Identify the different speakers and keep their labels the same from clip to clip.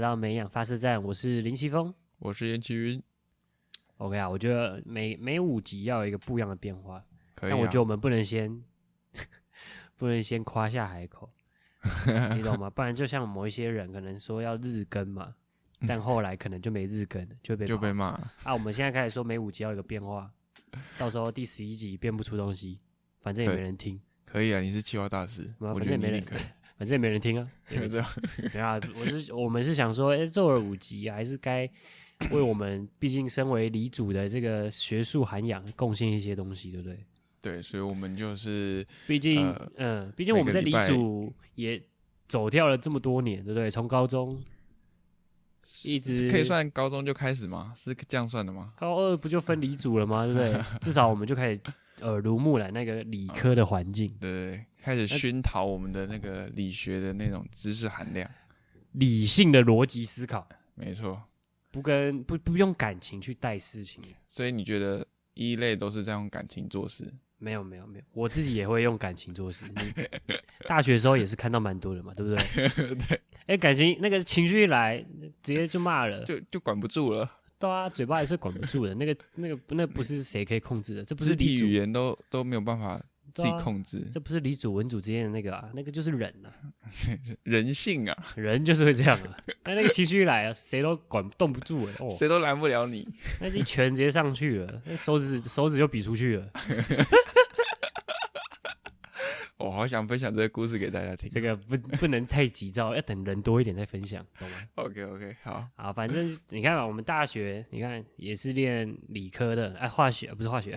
Speaker 1: 到美养发射站，我是林奇峰。
Speaker 2: 我是严奇云，
Speaker 1: OK 啊，我觉得每每五集要有一个不一样的变化，
Speaker 2: 可以、啊。
Speaker 1: 但我觉得我们不能先 不能先夸下海 口，你懂吗？不然就像某一些人可能说要日更嘛，但后来可能就没日更了，就被
Speaker 2: 嗯就
Speaker 1: 跑
Speaker 2: 被骂了，
Speaker 1: 啊，我们现在开始说每五集要有一个变化，到时候第十一集变不出东西，反正也没
Speaker 2: 对
Speaker 1: 人听，
Speaker 2: 可以啊，你是企划大师，
Speaker 1: 麻
Speaker 2: 我
Speaker 1: 烦
Speaker 2: 觉得
Speaker 1: 也
Speaker 2: 你
Speaker 1: 没
Speaker 2: 一定
Speaker 1: 人
Speaker 2: 可以。
Speaker 1: 反正也没人听啊，也 没
Speaker 2: 这样，
Speaker 1: 然后啊我是我们是想说，哎、做了五集、啊、还是该为我们，毕竟身为李主的这个学术涵养贡献一些东西，对不对？
Speaker 2: 对，所以我们就是
Speaker 1: 毕竟，
Speaker 2: 呃
Speaker 1: 嗯，毕竟
Speaker 2: 每
Speaker 1: 我们
Speaker 2: 个
Speaker 1: 在
Speaker 2: 礼
Speaker 1: 李
Speaker 2: 拜
Speaker 1: 主也走跳了这么多年，对不对？从高中一直
Speaker 2: 可以算高中就开始吗？是这样算的吗？
Speaker 1: 高二不就分李主了吗？对不 对？至少我们就开始耳濡目染那个
Speaker 2: 嗯
Speaker 1: 理科的环境，
Speaker 2: 对对对，开
Speaker 1: 呃
Speaker 2: 始熏陶我们的那个理学的那种知识含量，
Speaker 1: 理性的逻辑思考，
Speaker 2: 没错。
Speaker 1: 不跟不不用感情去带事情。
Speaker 2: 所以你觉得一类都是在用感情做事？
Speaker 1: 没有没有没有，我自己也会用感情做事。你大学的时候也是看到蛮多的嘛，对不对？
Speaker 2: 对，
Speaker 1: 哎，感情那个情绪一来，直接就骂了，
Speaker 2: 就就管不住了，
Speaker 1: 对啊，嘴巴也是管不住的。那个那个那不是谁可以控制的，这不是
Speaker 2: 肢
Speaker 1: 李
Speaker 2: 体
Speaker 1: 主
Speaker 2: 语，言都都没有办法自
Speaker 1: 对啊
Speaker 2: 己控制，
Speaker 1: 这不是李主文主之间的那个啊，那个就是人啊，
Speaker 2: 人性啊，
Speaker 1: 人就是会这样啊。那那个情绪一来啊，谁都管动不住哎、哦，
Speaker 2: 谁都拦不了你。
Speaker 1: 那一拳直接上去了，那手指手指就比出去了。
Speaker 2: 哦我好想分享这个故事给大家听。
Speaker 1: 这个不不能太急躁，要等人多一点再分享，懂吗？
Speaker 2: OK OK，好，
Speaker 1: 啊，反正你看嘛，我们大学你看也是练理科的，哎，化学不是化学，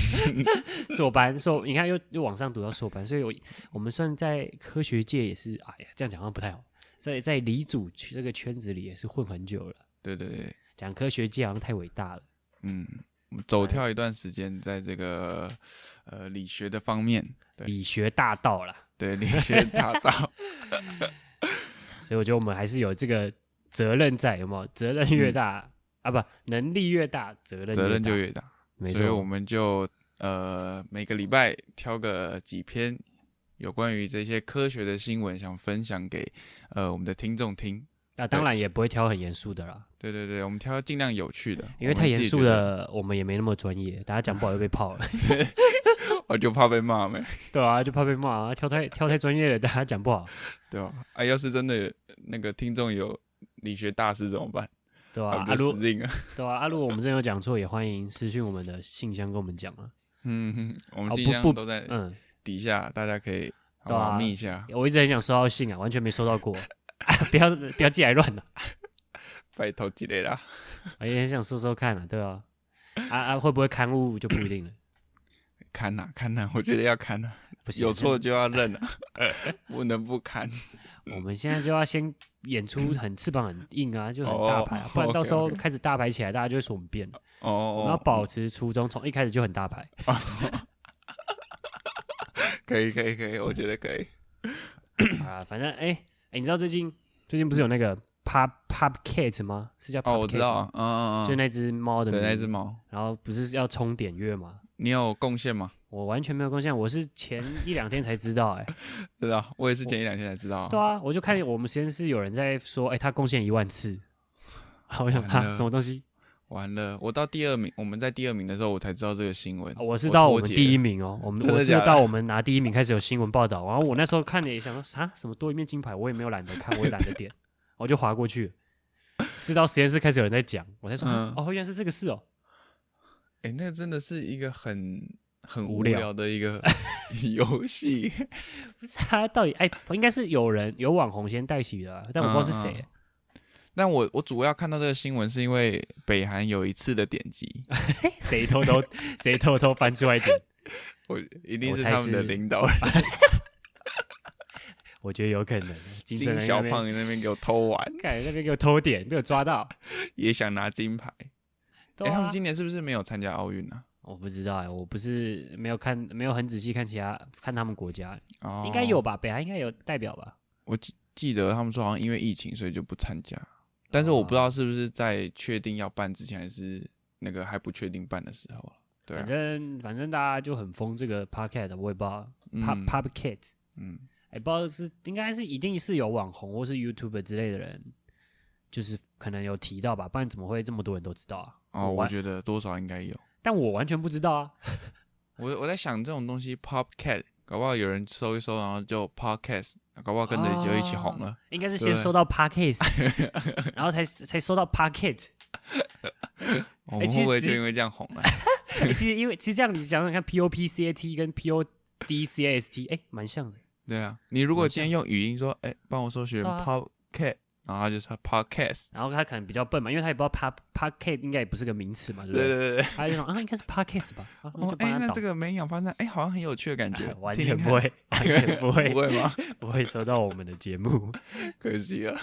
Speaker 1: 硕班硕，你看又又往上读到硕班，所以我我们算在科学界也是，哎呀，这样讲好像不太好，在在理组区这个圈子里也是混很久了，
Speaker 2: 对对对，
Speaker 1: 讲科学界好像太伟大了，
Speaker 2: 嗯，我们走跳一段时间，在这个呃理学的方面，对
Speaker 1: 理学大道啦，
Speaker 2: 对理学大 道，
Speaker 1: 所以我觉得我们还是有这个责任在，有没有？责任越大、啊，不，能力越大，责任
Speaker 2: 嗯责任
Speaker 1: 大
Speaker 2: 就越大，
Speaker 1: 没
Speaker 2: 所以我
Speaker 1: 错，
Speaker 2: 们就呃每个礼拜挑个几篇有关于这些科学的新闻，想分享给呃我们的听众听。
Speaker 1: 那、当然也不会挑很严肃的啦。
Speaker 2: 对对对，我们挑尽量有趣的，
Speaker 1: 因为
Speaker 2: 我们
Speaker 1: 太
Speaker 2: 自
Speaker 1: 严
Speaker 2: 己
Speaker 1: 肃
Speaker 2: 觉得，
Speaker 1: 了，我们也没那么专业，大家讲不好就被泡了，
Speaker 2: 我哦就怕被骂没，
Speaker 1: 对啊，就怕被骂啊，跳太跳太专业了，大家讲不好，
Speaker 2: 对吧？啊，要是真的有那个听众有理学大师怎么办？
Speaker 1: 对
Speaker 2: 啊，
Speaker 1: 啊，
Speaker 2: 不
Speaker 1: 啊
Speaker 2: 就
Speaker 1: 如
Speaker 2: 死定了。
Speaker 1: 对啊，啊如果我们真的有讲错，也欢迎私讯我们的信箱跟我们讲啊，
Speaker 2: 嗯，哼，我们
Speaker 1: 哦
Speaker 2: 信
Speaker 1: 不
Speaker 2: 箱
Speaker 1: 不
Speaker 2: 都在
Speaker 1: 嗯，
Speaker 2: 底下，大家可以好
Speaker 1: 对啊
Speaker 2: 吧，密一下，
Speaker 1: 我一直很想收到信啊，完全没收到过， 啊、不要不要寄来乱了、
Speaker 2: 拜托之类啦。
Speaker 1: 我也很想搜搜看啊，对啊，啊啊会不会刊物就不一定了，
Speaker 2: 看呐、看呐、 我觉得要看呐、
Speaker 1: 不行啊，
Speaker 2: 有错就要认啊， 不能不看。
Speaker 1: 我们现在就要先演 出很翅膀很硬啊，就很大牌、啊
Speaker 2: 哦，
Speaker 1: 不然到时候
Speaker 2: OK，OK
Speaker 1: 开始大牌起来，大家就会说我们变了，
Speaker 2: 哦
Speaker 1: 我们要
Speaker 2: 哦，
Speaker 1: 保持初衷，从一开始就很大牌。
Speaker 2: 可以可以可以，我觉得可以。
Speaker 1: 啊，反正哎哎、你知道最近最近不是有那个 Pop Pop Cat 吗？是叫 Pop
Speaker 2: 哦，我知
Speaker 1: Cat
Speaker 2: 道
Speaker 1: 吗，
Speaker 2: 啊，嗯嗯
Speaker 1: 就
Speaker 2: 嗯，
Speaker 1: 那只猫的
Speaker 2: 对那
Speaker 1: 名
Speaker 2: 只
Speaker 1: 字，
Speaker 2: 猫，
Speaker 1: 然后不是要冲点阅吗？
Speaker 2: 你有贡献吗？
Speaker 1: 我完全没有贡献，我是前一两天才知道、哎，
Speaker 2: 知道，我也是前一两天才知道、
Speaker 1: 对啊，我就看我们实验室有人在说，哎、他贡献一万次， 然后我想
Speaker 2: 完
Speaker 1: 哈
Speaker 2: 了
Speaker 1: 什么东西？
Speaker 2: 完了，我到第二名，我们在第二名的时候，我才知道这个新闻。
Speaker 1: 啊我是到我
Speaker 2: 我
Speaker 1: 们
Speaker 2: 脱节
Speaker 1: 第一名哦，我们
Speaker 2: 真的
Speaker 1: 我是
Speaker 2: 假的
Speaker 1: 到我们拿第一名开始有新闻报道，然后我那时候看了也想说啥什么多一面金牌，我也没有懒得看，我也懒得 点，我就划过去了。是到实验室开始有人在讲，我才说、
Speaker 2: 嗯
Speaker 1: 哦，原来是这个事哦。
Speaker 2: 哎、那真的是一个很很
Speaker 1: 无
Speaker 2: 无
Speaker 1: 聊
Speaker 2: 聊的 一个游戏。
Speaker 1: 不是他到底哎，应该是有人有网红先带起的啊，但我不知道是
Speaker 2: 嗯
Speaker 1: 谁。
Speaker 2: 但我我主要看到这个新闻是因为北韩有一次的点 击，
Speaker 1: 嘿谁偷偷谁偷偷翻出来点，
Speaker 2: 我一定
Speaker 1: 我
Speaker 2: 是
Speaker 1: 猜
Speaker 2: 他们的
Speaker 1: 是
Speaker 2: 领 导人
Speaker 1: 我觉得有可能。啊金正
Speaker 2: 金
Speaker 1: 恩
Speaker 2: 小
Speaker 1: 那边，
Speaker 2: 胖那边给我偷玩，
Speaker 1: 感觉那边给我偷点，被我抓到。
Speaker 2: 也想拿金牌。
Speaker 1: 对
Speaker 2: 哎、他
Speaker 1: 啊
Speaker 2: 们，今年是不是没有参加奥运啊？
Speaker 1: 我不知道哎，我不是没有看，没有很仔细看其他看他们国家，
Speaker 2: 哦，
Speaker 1: 应该有。吧？北韩应该有代表吧？
Speaker 2: 我记记得他们说好像因为疫情，所以就不参加。
Speaker 1: 哦
Speaker 2: 但是我不知道是不是在确定要办之前，还是那个还不确定办的时候啊对
Speaker 1: 反
Speaker 2: 啊，
Speaker 1: 正反正大家就很疯这个 p o c a t 我也不知道 pop
Speaker 2: 嗯
Speaker 1: pop cat，
Speaker 2: 嗯，
Speaker 1: 哎，不知道是应该是一定是有网红或是 YouTuber 之类的人就是可能有提到吧，不然怎么会这么多人都知道啊？
Speaker 2: 哦，我
Speaker 1: 完
Speaker 2: 觉得多少应该有。
Speaker 1: 但我完全不知道啊。
Speaker 2: 我我在想这种东西，Popcat，搞不好有人搜一搜，然后就 Podcast，搞不好跟着就一起红了。
Speaker 1: 应该是
Speaker 2: 对
Speaker 1: 先收到 Parkes，然后才才收到 Parket。
Speaker 2: 我们
Speaker 1: 哎其
Speaker 2: 哦会不会
Speaker 1: 实
Speaker 2: 就因为这样红了？
Speaker 1: 欸其实因为其实这样你想想看，P O P C A T 跟 P O D C A S T，哎、蛮像的。
Speaker 2: 对啊，你如果今天用语音说，哎，帮我搜寻
Speaker 1: 对啊
Speaker 2: Popcat，然后他就说 Podcast。
Speaker 1: 然后他可能比较笨嘛，因为他也不知道 Park Parket 应该也不是个名词嘛，对不
Speaker 2: 对
Speaker 1: 对？
Speaker 2: 对对对。
Speaker 1: 他就想啊，应该是 Parkes 吧，啊、
Speaker 2: 哦
Speaker 1: 就，帮
Speaker 2: 哎，
Speaker 1: 他
Speaker 2: 那
Speaker 1: 导。。
Speaker 2: 这个没氧发散，哎，好像很有趣的感觉
Speaker 1: 完
Speaker 2: 听听
Speaker 1: 全
Speaker 2: 看
Speaker 1: 不， 会，完全不
Speaker 2: 不
Speaker 1: 会，
Speaker 2: 会吗？
Speaker 1: 不会收到我们的节 目。
Speaker 2: 可惜了，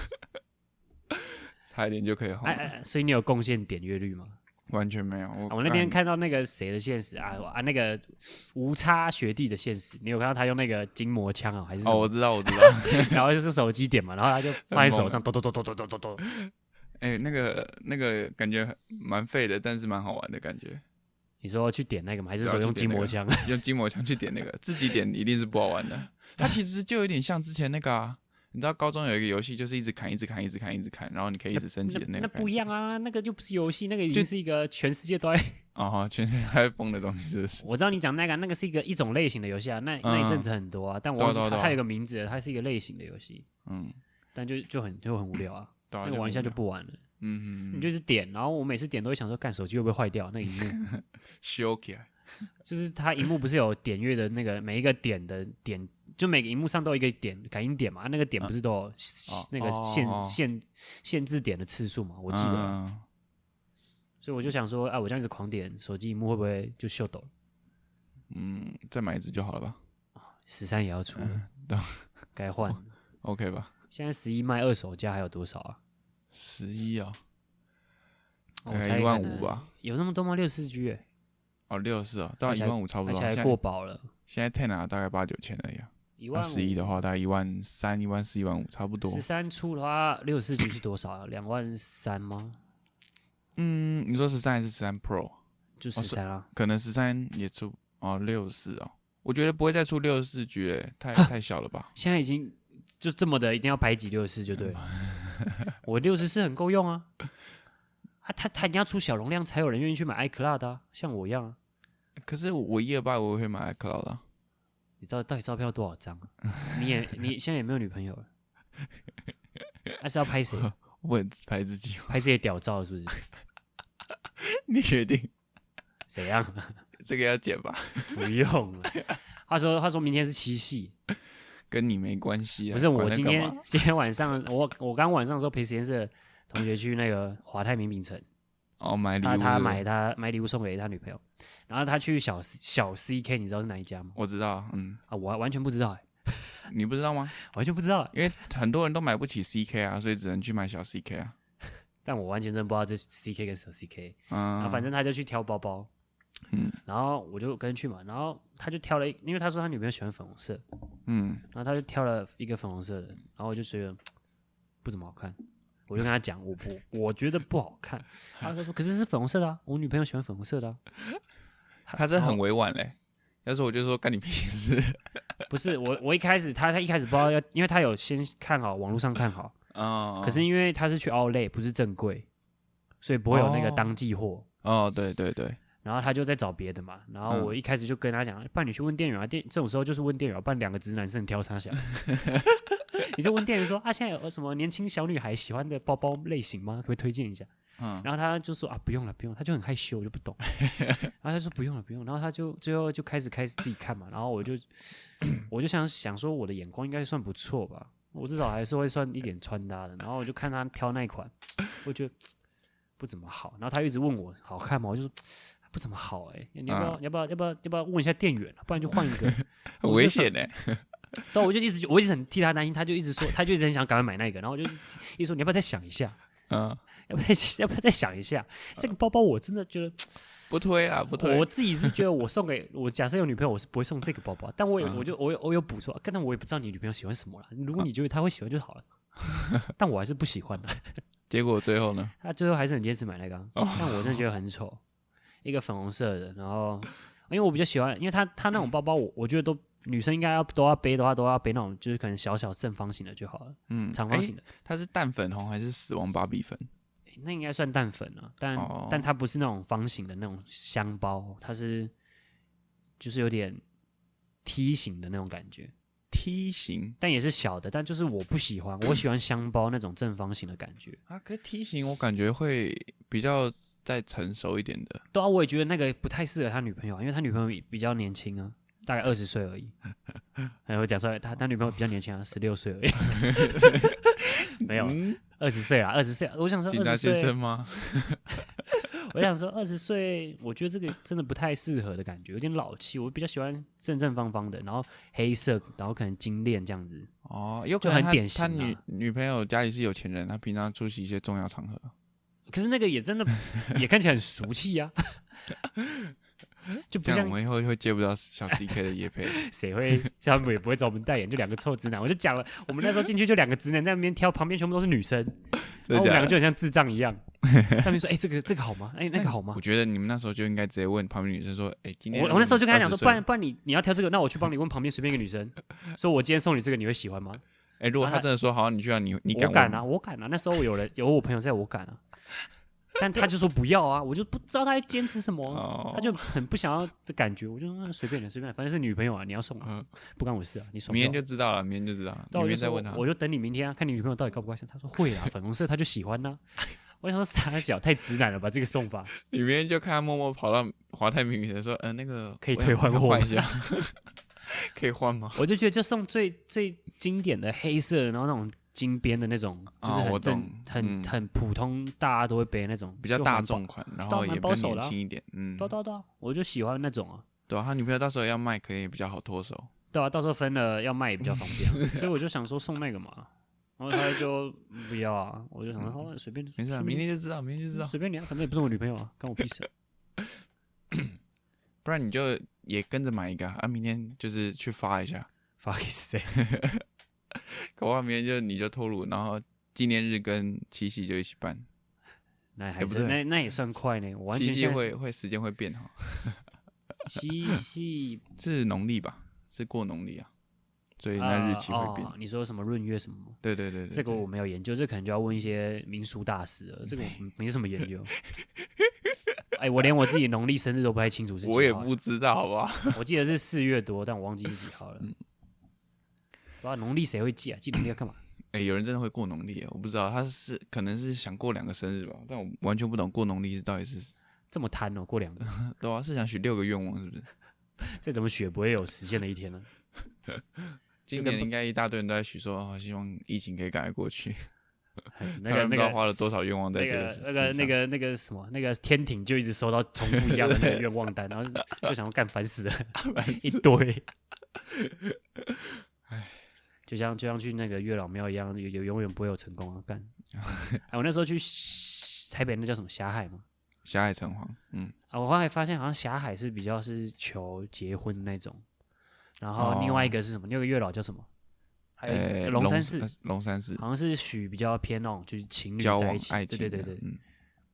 Speaker 2: 差一点就可以红
Speaker 1: 哎、
Speaker 2: 了。
Speaker 1: 哎哎所以你有贡献点阅率吗？
Speaker 2: 完全没有。我
Speaker 1: 啊我那天看到那个谁的现实啊啊，那个无差学弟的现实，你有看到他用那个筋膜枪啊，还是什
Speaker 2: 哦，
Speaker 1: 么？
Speaker 2: 我知道，我知道。
Speaker 1: 然后就是手机点嘛，然后他就放在手上，咚咚咚咚咚咚咚咚。
Speaker 2: 哎、那个那个感觉蛮废的，但是蛮好玩的感觉。
Speaker 1: 你说去点那个吗？还是
Speaker 2: 对啊
Speaker 1: 说
Speaker 2: 去
Speaker 1: 用
Speaker 2: 点
Speaker 1: 筋
Speaker 2: 那
Speaker 1: 膜
Speaker 2: 个
Speaker 1: 枪？
Speaker 2: 用筋膜枪去点那个，自己点一定是不好玩的。它其实就有点像之前那个、啊，你知道高中有一个游戏，就是一直砍，一直砍，一直砍，一直砍，然后你可以一直升级的
Speaker 1: 那
Speaker 2: 个
Speaker 1: 那
Speaker 2: 感觉。
Speaker 1: 不一样啊，那个就不是游戏，那个已
Speaker 2: 就
Speaker 1: 经是一个全世界都在。
Speaker 2: 哦， 全是开封的东西，是不是？
Speaker 1: 我知道你讲那个，那个是一个一种类型的游戏啊，那那一阵子很多啊，但我
Speaker 2: 嗯对啊
Speaker 1: 忘记
Speaker 2: 对啊
Speaker 1: 它
Speaker 2: 对啊
Speaker 1: 它有个名字了，它是一个类型的游戏，
Speaker 2: 嗯，
Speaker 1: 但就就很就很无聊啊，
Speaker 2: 对啊
Speaker 1: 那个玩一下就，
Speaker 2: 无聊
Speaker 1: 不玩了。
Speaker 2: 嗯嗯，
Speaker 1: 你
Speaker 2: 嗯
Speaker 1: 就是点，然后我每次点都会想说，干手机会不会坏掉？那个荧 幕
Speaker 2: 修起来。
Speaker 1: 就是它荧幕不是有点阅的那个每一个点的点，就每个荧幕上都有一个点感应点嘛，啊那个点不是都有、那个
Speaker 2: 哦
Speaker 1: 限、
Speaker 2: 哦
Speaker 1: 限限制点的次数嘛？我记得啊、
Speaker 2: 嗯
Speaker 1: 所以我就想说，啊，我这样一直狂点手机荧幕会不会就秀抖了？
Speaker 2: 嗯，再买一只就好了 吧
Speaker 1: 十三也要出了，
Speaker 2: 对
Speaker 1: 该换了。
Speaker 2: ？OK 吧？
Speaker 1: 现在十一卖二手价还有多少啊？
Speaker 2: 十一啊，
Speaker 1: 我
Speaker 2: 大概
Speaker 1: 猜
Speaker 2: 呃一万
Speaker 1: 哦可能
Speaker 2: 五吧。
Speaker 1: 有那么多吗？六四 G，、欸、
Speaker 2: 哦，六四啊，到
Speaker 1: 而
Speaker 2: 一
Speaker 1: 且还
Speaker 2: 万五差不
Speaker 1: 而且
Speaker 2: 多啊。现
Speaker 1: 还
Speaker 2: 在
Speaker 1: 过保了，
Speaker 2: 现在 Ten 啊，大概八九千而已啊。
Speaker 1: 一
Speaker 2: 那
Speaker 1: 万
Speaker 2: 十一的话，大概一万三、一万四、一万五，差不多。
Speaker 1: 十三出的话，六四 G 是多少啊？两万三吗？
Speaker 2: 嗯，你说十三还是十三 Pro？
Speaker 1: 就十
Speaker 2: 是
Speaker 1: 三啊，
Speaker 2: 可能十三也出哦，六四哦，我觉得不会再出六四 G，欸太太小了吧？
Speaker 1: 现在已经就这么的，一定要排挤六四就对了。
Speaker 2: 嗯
Speaker 1: 我六十四很够用啊，啊，他他一定要出小容量才有人愿意去买 iCloud 啊，像我一样啊。
Speaker 2: 可是我我一二八我也会买 iCloud 啊，
Speaker 1: 你到到底照片要多少张啊？ 你也你现在也没有女朋友了，还、是要拍 谁？
Speaker 2: 我很自拍自己吗，
Speaker 1: 拍自己的屌照是不是？
Speaker 2: 你决定
Speaker 1: 怎样？
Speaker 2: 这个要剪吧，
Speaker 1: 不用了。 他说他说明天是七夕，
Speaker 2: 跟你没关系啊。
Speaker 1: 不是
Speaker 2: 管
Speaker 1: 我
Speaker 2: 它
Speaker 1: 今
Speaker 2: 干
Speaker 1: 天
Speaker 2: 嘛
Speaker 1: 今天晚上我我刚晚上的时候陪实验室的同学去那个华泰名品城，
Speaker 2: 哦买礼
Speaker 1: 他
Speaker 2: 物，
Speaker 1: 他买，他买礼物送给他女朋友，然后他去小小 CK，你知道是哪一家吗？
Speaker 2: 我知道，嗯，
Speaker 1: 啊，我完全不知道、欸，
Speaker 2: 你不知道吗？
Speaker 1: 完全不知道欸、
Speaker 2: 因为很多人都买不起 CK 啊，所以只能去买小 CK 啊。
Speaker 1: 但我完全真的不知道这是 CK 跟小 CK。然
Speaker 2: 嗯，
Speaker 1: 后啊反正他就去挑包包，
Speaker 2: 嗯
Speaker 1: 然后我就跟去嘛，然后他就挑了一，因为他说他女朋友喜欢粉红色，
Speaker 2: 嗯，
Speaker 1: 然后他就挑了一个粉红色的，然后我就觉得不怎么好看，我就跟他讲，我不，我觉得不好 看。然后他说，可是是粉红色的啊，我女朋友喜欢粉红色的啊。
Speaker 2: 他这很委婉嘞。要是我就说干你屁事，
Speaker 1: 不是我，我一开始他他一开始不知道要，因为他有先看好网络上看好，
Speaker 2: 哦，
Speaker 1: 可是因为他是去 Outlet 不是正柜，所以不会有那个
Speaker 2: 哦
Speaker 1: 当季货。
Speaker 2: 哦，对对对，
Speaker 1: 然后他就在找别的嘛，然后我一开始就跟他讲，不然你去问店员啊，店这种时候就是问店员啊，不然两个直男生挑啥想，你就问店员说啊，现在有什么年轻小女孩喜欢的包包类型吗？可不可以推荐一下？
Speaker 2: 嗯，
Speaker 1: 然后他就说啊，不用了，不用了，他就很害羞，我就不懂，然后他说不用了，不用了，然后他就最后就开始开始自己看嘛，然后我就我就想想说我的眼光应该算不错吧，我至少还是会算一点穿搭的，然后我就看他挑那一款，我觉得不怎么好，然后他一直问我好看吗，我就说不怎么好哎、你要不要、
Speaker 2: 啊
Speaker 1: 要不要要不要要不要问一下店员，啊不然就换一 个，
Speaker 2: 很危险呢。
Speaker 1: 对啊，我就一直我一直很替他担心，他就一直说他就一直很想赶快买那个，然后我就一直一直说你要不要再想一下，
Speaker 2: 嗯，
Speaker 1: 要不要再 要不要再想一下，这个包包我真的觉得。
Speaker 2: 不推啦，不推。
Speaker 1: 我自己是觉得我送给我假设有女朋友，我是不会送这个包包，但我有、
Speaker 2: 嗯
Speaker 1: 我就我有我有补说，但我也不知道你女朋友喜欢什么啦。如
Speaker 2: 哦
Speaker 1: 果你觉得她会喜欢就好了， 但我还是不喜欢的。
Speaker 2: 结果最后呢？
Speaker 1: 她最后还是很坚持买那个啊、
Speaker 2: 哦
Speaker 1: 但我真的觉得很丑，一个粉红色的，然后因为我比较喜欢，因为她她那种包包我我觉得都女生应该要都要背的话，都要背那种就是可能小小正方形的就好了，
Speaker 2: 嗯，
Speaker 1: 长方
Speaker 2: 诶
Speaker 1: 形的、
Speaker 2: 它是淡粉红还是死亡芭比粉？
Speaker 1: 诶那应该算蛋粉啊，但、
Speaker 2: 哦
Speaker 1: 但它不是那种方形的那种香包，它是就是有点梯形的那种感觉，
Speaker 2: 梯形
Speaker 1: 但也是小的，但就是我不喜欢，我喜欢香包那种正方形的感觉。
Speaker 2: 啊，可是梯形我感觉会比较再成熟一点的。
Speaker 1: 对啊，我也觉得那个不太适合他女朋友啊，因为他女朋友比比较年轻啊，大概二十岁而 已。然后讲出来，他他女朋友比较年轻啊，十六岁而 已，没有
Speaker 2: 嗯，
Speaker 1: 二十岁啊，二十岁。我想说
Speaker 2: 警察
Speaker 1: 二十
Speaker 2: 先
Speaker 1: 岁
Speaker 2: 生，吗？
Speaker 1: 我想说二十岁，我觉得这个真的不太适合的感觉，有点老气。我比较喜欢正正方方的，然后黑色，然后可能金链这样子。
Speaker 2: 哦，有可能
Speaker 1: 很
Speaker 2: 他
Speaker 1: 典
Speaker 2: 他
Speaker 1: 型
Speaker 2: 女
Speaker 1: 啊
Speaker 2: 女朋友家里是有钱人，他平常出席一些重要场合。
Speaker 1: 可是那个也真 的也看起来很俗气啊， 就不
Speaker 2: 这样我
Speaker 1: 像
Speaker 2: 们以后会接不到小 CK 的夜配。
Speaker 1: 谁会，他们也不会找我们代言，就两个臭直男。我就讲了，我们那时候进去就两个直男在那边挑，旁边全部都是女生，然
Speaker 2: 真
Speaker 1: 后我们
Speaker 2: 的假
Speaker 1: 两个
Speaker 2: 的
Speaker 1: 就很像智障一 样，上面说：“哎、这个这个好吗？哎、那个好吗
Speaker 2: 我觉得你们那时候就应该直接问旁边女生说：“哎、今？”天
Speaker 1: 我我那时候就跟他讲说：“
Speaker 2: 20岁
Speaker 1: 不然不然你你要挑这个，那我去帮你问旁边随便一个女生，说我今天送你这个，你会喜欢吗
Speaker 2: 哎、如果他真的说好，你去啊，你你
Speaker 1: 我
Speaker 2: 敢
Speaker 1: 敢
Speaker 2: 问
Speaker 1: 啊，
Speaker 2: 吗？
Speaker 1: 我敢啊！那时候有人有我朋友在我敢啊，但他就说不要啊，我就不知道他在坚持什么啊、
Speaker 2: 哦，
Speaker 1: 他就很不想要的感觉。我就说那嗯随便你随便你，反正是女朋友啊，你要送啊，
Speaker 2: 嗯
Speaker 1: 不关我事啊，你送
Speaker 2: 明
Speaker 1: 就好
Speaker 2: 天就知道了，明天就知道了。
Speaker 1: 对，
Speaker 2: 你
Speaker 1: 我
Speaker 2: 明
Speaker 1: 就
Speaker 2: 天再
Speaker 1: 说
Speaker 2: 问他。
Speaker 1: 我就等你明天啊，看你女朋友到底高不高兴。他说会啊啦，粉红色他就喜欢呐、我想说傻小，太直男了吧这个送法。
Speaker 2: 你明天就看他默默跑到华泰名品的说：“呃，那个
Speaker 1: 可以
Speaker 2: 我要
Speaker 1: 退换
Speaker 2: 我要
Speaker 1: 货
Speaker 2: 换
Speaker 1: 吗
Speaker 2: 一下， 可以换吗
Speaker 1: 我就觉得就送最最经典的黑色，然后那种金边的那种，就是
Speaker 2: 哦我
Speaker 1: 很正、
Speaker 2: 懂
Speaker 1: 很、
Speaker 2: 嗯
Speaker 1: 很普通，大家都会背那种，
Speaker 2: 比较
Speaker 1: 就
Speaker 2: 大
Speaker 1: 环保。
Speaker 2: 众款，然
Speaker 1: 对啊
Speaker 2: 后
Speaker 1: 蛮
Speaker 2: 也比
Speaker 1: 保
Speaker 2: 较
Speaker 1: 守
Speaker 2: 年
Speaker 1: 的啊
Speaker 2: 轻一点。嗯，
Speaker 1: 对啊对啊对啊，我就喜欢那种啊。
Speaker 2: 对啊，他女朋友到时候要卖，可能也比较好脱手。
Speaker 1: 对啊，到时候分了要卖也比较方便 啊，所以我就想说送那个嘛。然后他就不要啊，我就想说好啊随便，
Speaker 2: 没事啊，
Speaker 1: 随便
Speaker 2: 明天就知道，明天就知道。
Speaker 1: 随便你啊，反正也不是我女朋友啊，关我屁事啊。
Speaker 2: 不然你就也跟着买一个啊，啊明天就是去 发一下，
Speaker 1: 发给谁？
Speaker 2: 搞不好明天就你就透露，然后纪念日跟七夕就一起办。
Speaker 1: 那还
Speaker 2: 也不
Speaker 1: 是
Speaker 2: 对
Speaker 1: 那那也算快呢，我完
Speaker 2: 七
Speaker 1: 全
Speaker 2: 夕
Speaker 1: 现在
Speaker 2: 会会时间会变哈，
Speaker 1: 七 夕
Speaker 2: 是农历吧？是过农历啊，所以那日期会变。
Speaker 1: 啊哦你说什么闰月什么吗？
Speaker 2: 对对对对，
Speaker 1: 这个
Speaker 2: 对
Speaker 1: 我没有研究，这可能就要问一些民俗大师了。 这个我没什么研究。 哎，我连我自己农历生日都不太清楚是几号。啊
Speaker 2: 我也不，知道，好不好？
Speaker 1: 我记得是四月多，但我忘记是几号了。不知道农历谁会记啊？记农历要干嘛？
Speaker 2: 哎，有人真的会过农历耶，我不知道，他是可能是想过两个生日吧，但我完全不懂过农历是到底是，
Speaker 1: 这么贪哦，过两个，
Speaker 2: 对啊，是想许六个愿望是不是？
Speaker 1: 再怎么学不会有实现的一天呢？
Speaker 2: 今
Speaker 1: 跟
Speaker 2: 年
Speaker 1: 不
Speaker 2: 应该一大堆人都在许说，哦，希望疫情可以赶快过去。
Speaker 1: 哎那
Speaker 2: 他
Speaker 1: 个
Speaker 2: 们不
Speaker 1: 那
Speaker 2: 知道
Speaker 1: 个
Speaker 2: 花了多少愿望在
Speaker 1: 那
Speaker 2: 这个
Speaker 1: 个
Speaker 2: 事
Speaker 1: 那个
Speaker 2: 事
Speaker 1: 那
Speaker 2: 上
Speaker 1: 个那个什么那个天庭就一直收到重复一样的那个愿望单，然后就想要干烦 死了，一堆。就像就像去那个月老庙一样，有有永远不会有成功啊！ 干，哎，我那时候去西台北那叫什么霞海嘛，
Speaker 2: 霞海城隍，嗯，
Speaker 1: 啊，我后来发现好像霞海是比较是求结婚的那种，然后另外一个是什么？另外一个月老叫什么？还有一个
Speaker 2: 哦呃
Speaker 1: 龙山寺
Speaker 2: 呃，龙山寺
Speaker 1: 好像是许比较偏那种就是情侣
Speaker 2: 交
Speaker 1: 在
Speaker 2: 往
Speaker 1: 一起，
Speaker 2: 爱
Speaker 1: 对
Speaker 2: 情
Speaker 1: 对
Speaker 2: 的，
Speaker 1: 对对，
Speaker 2: 嗯，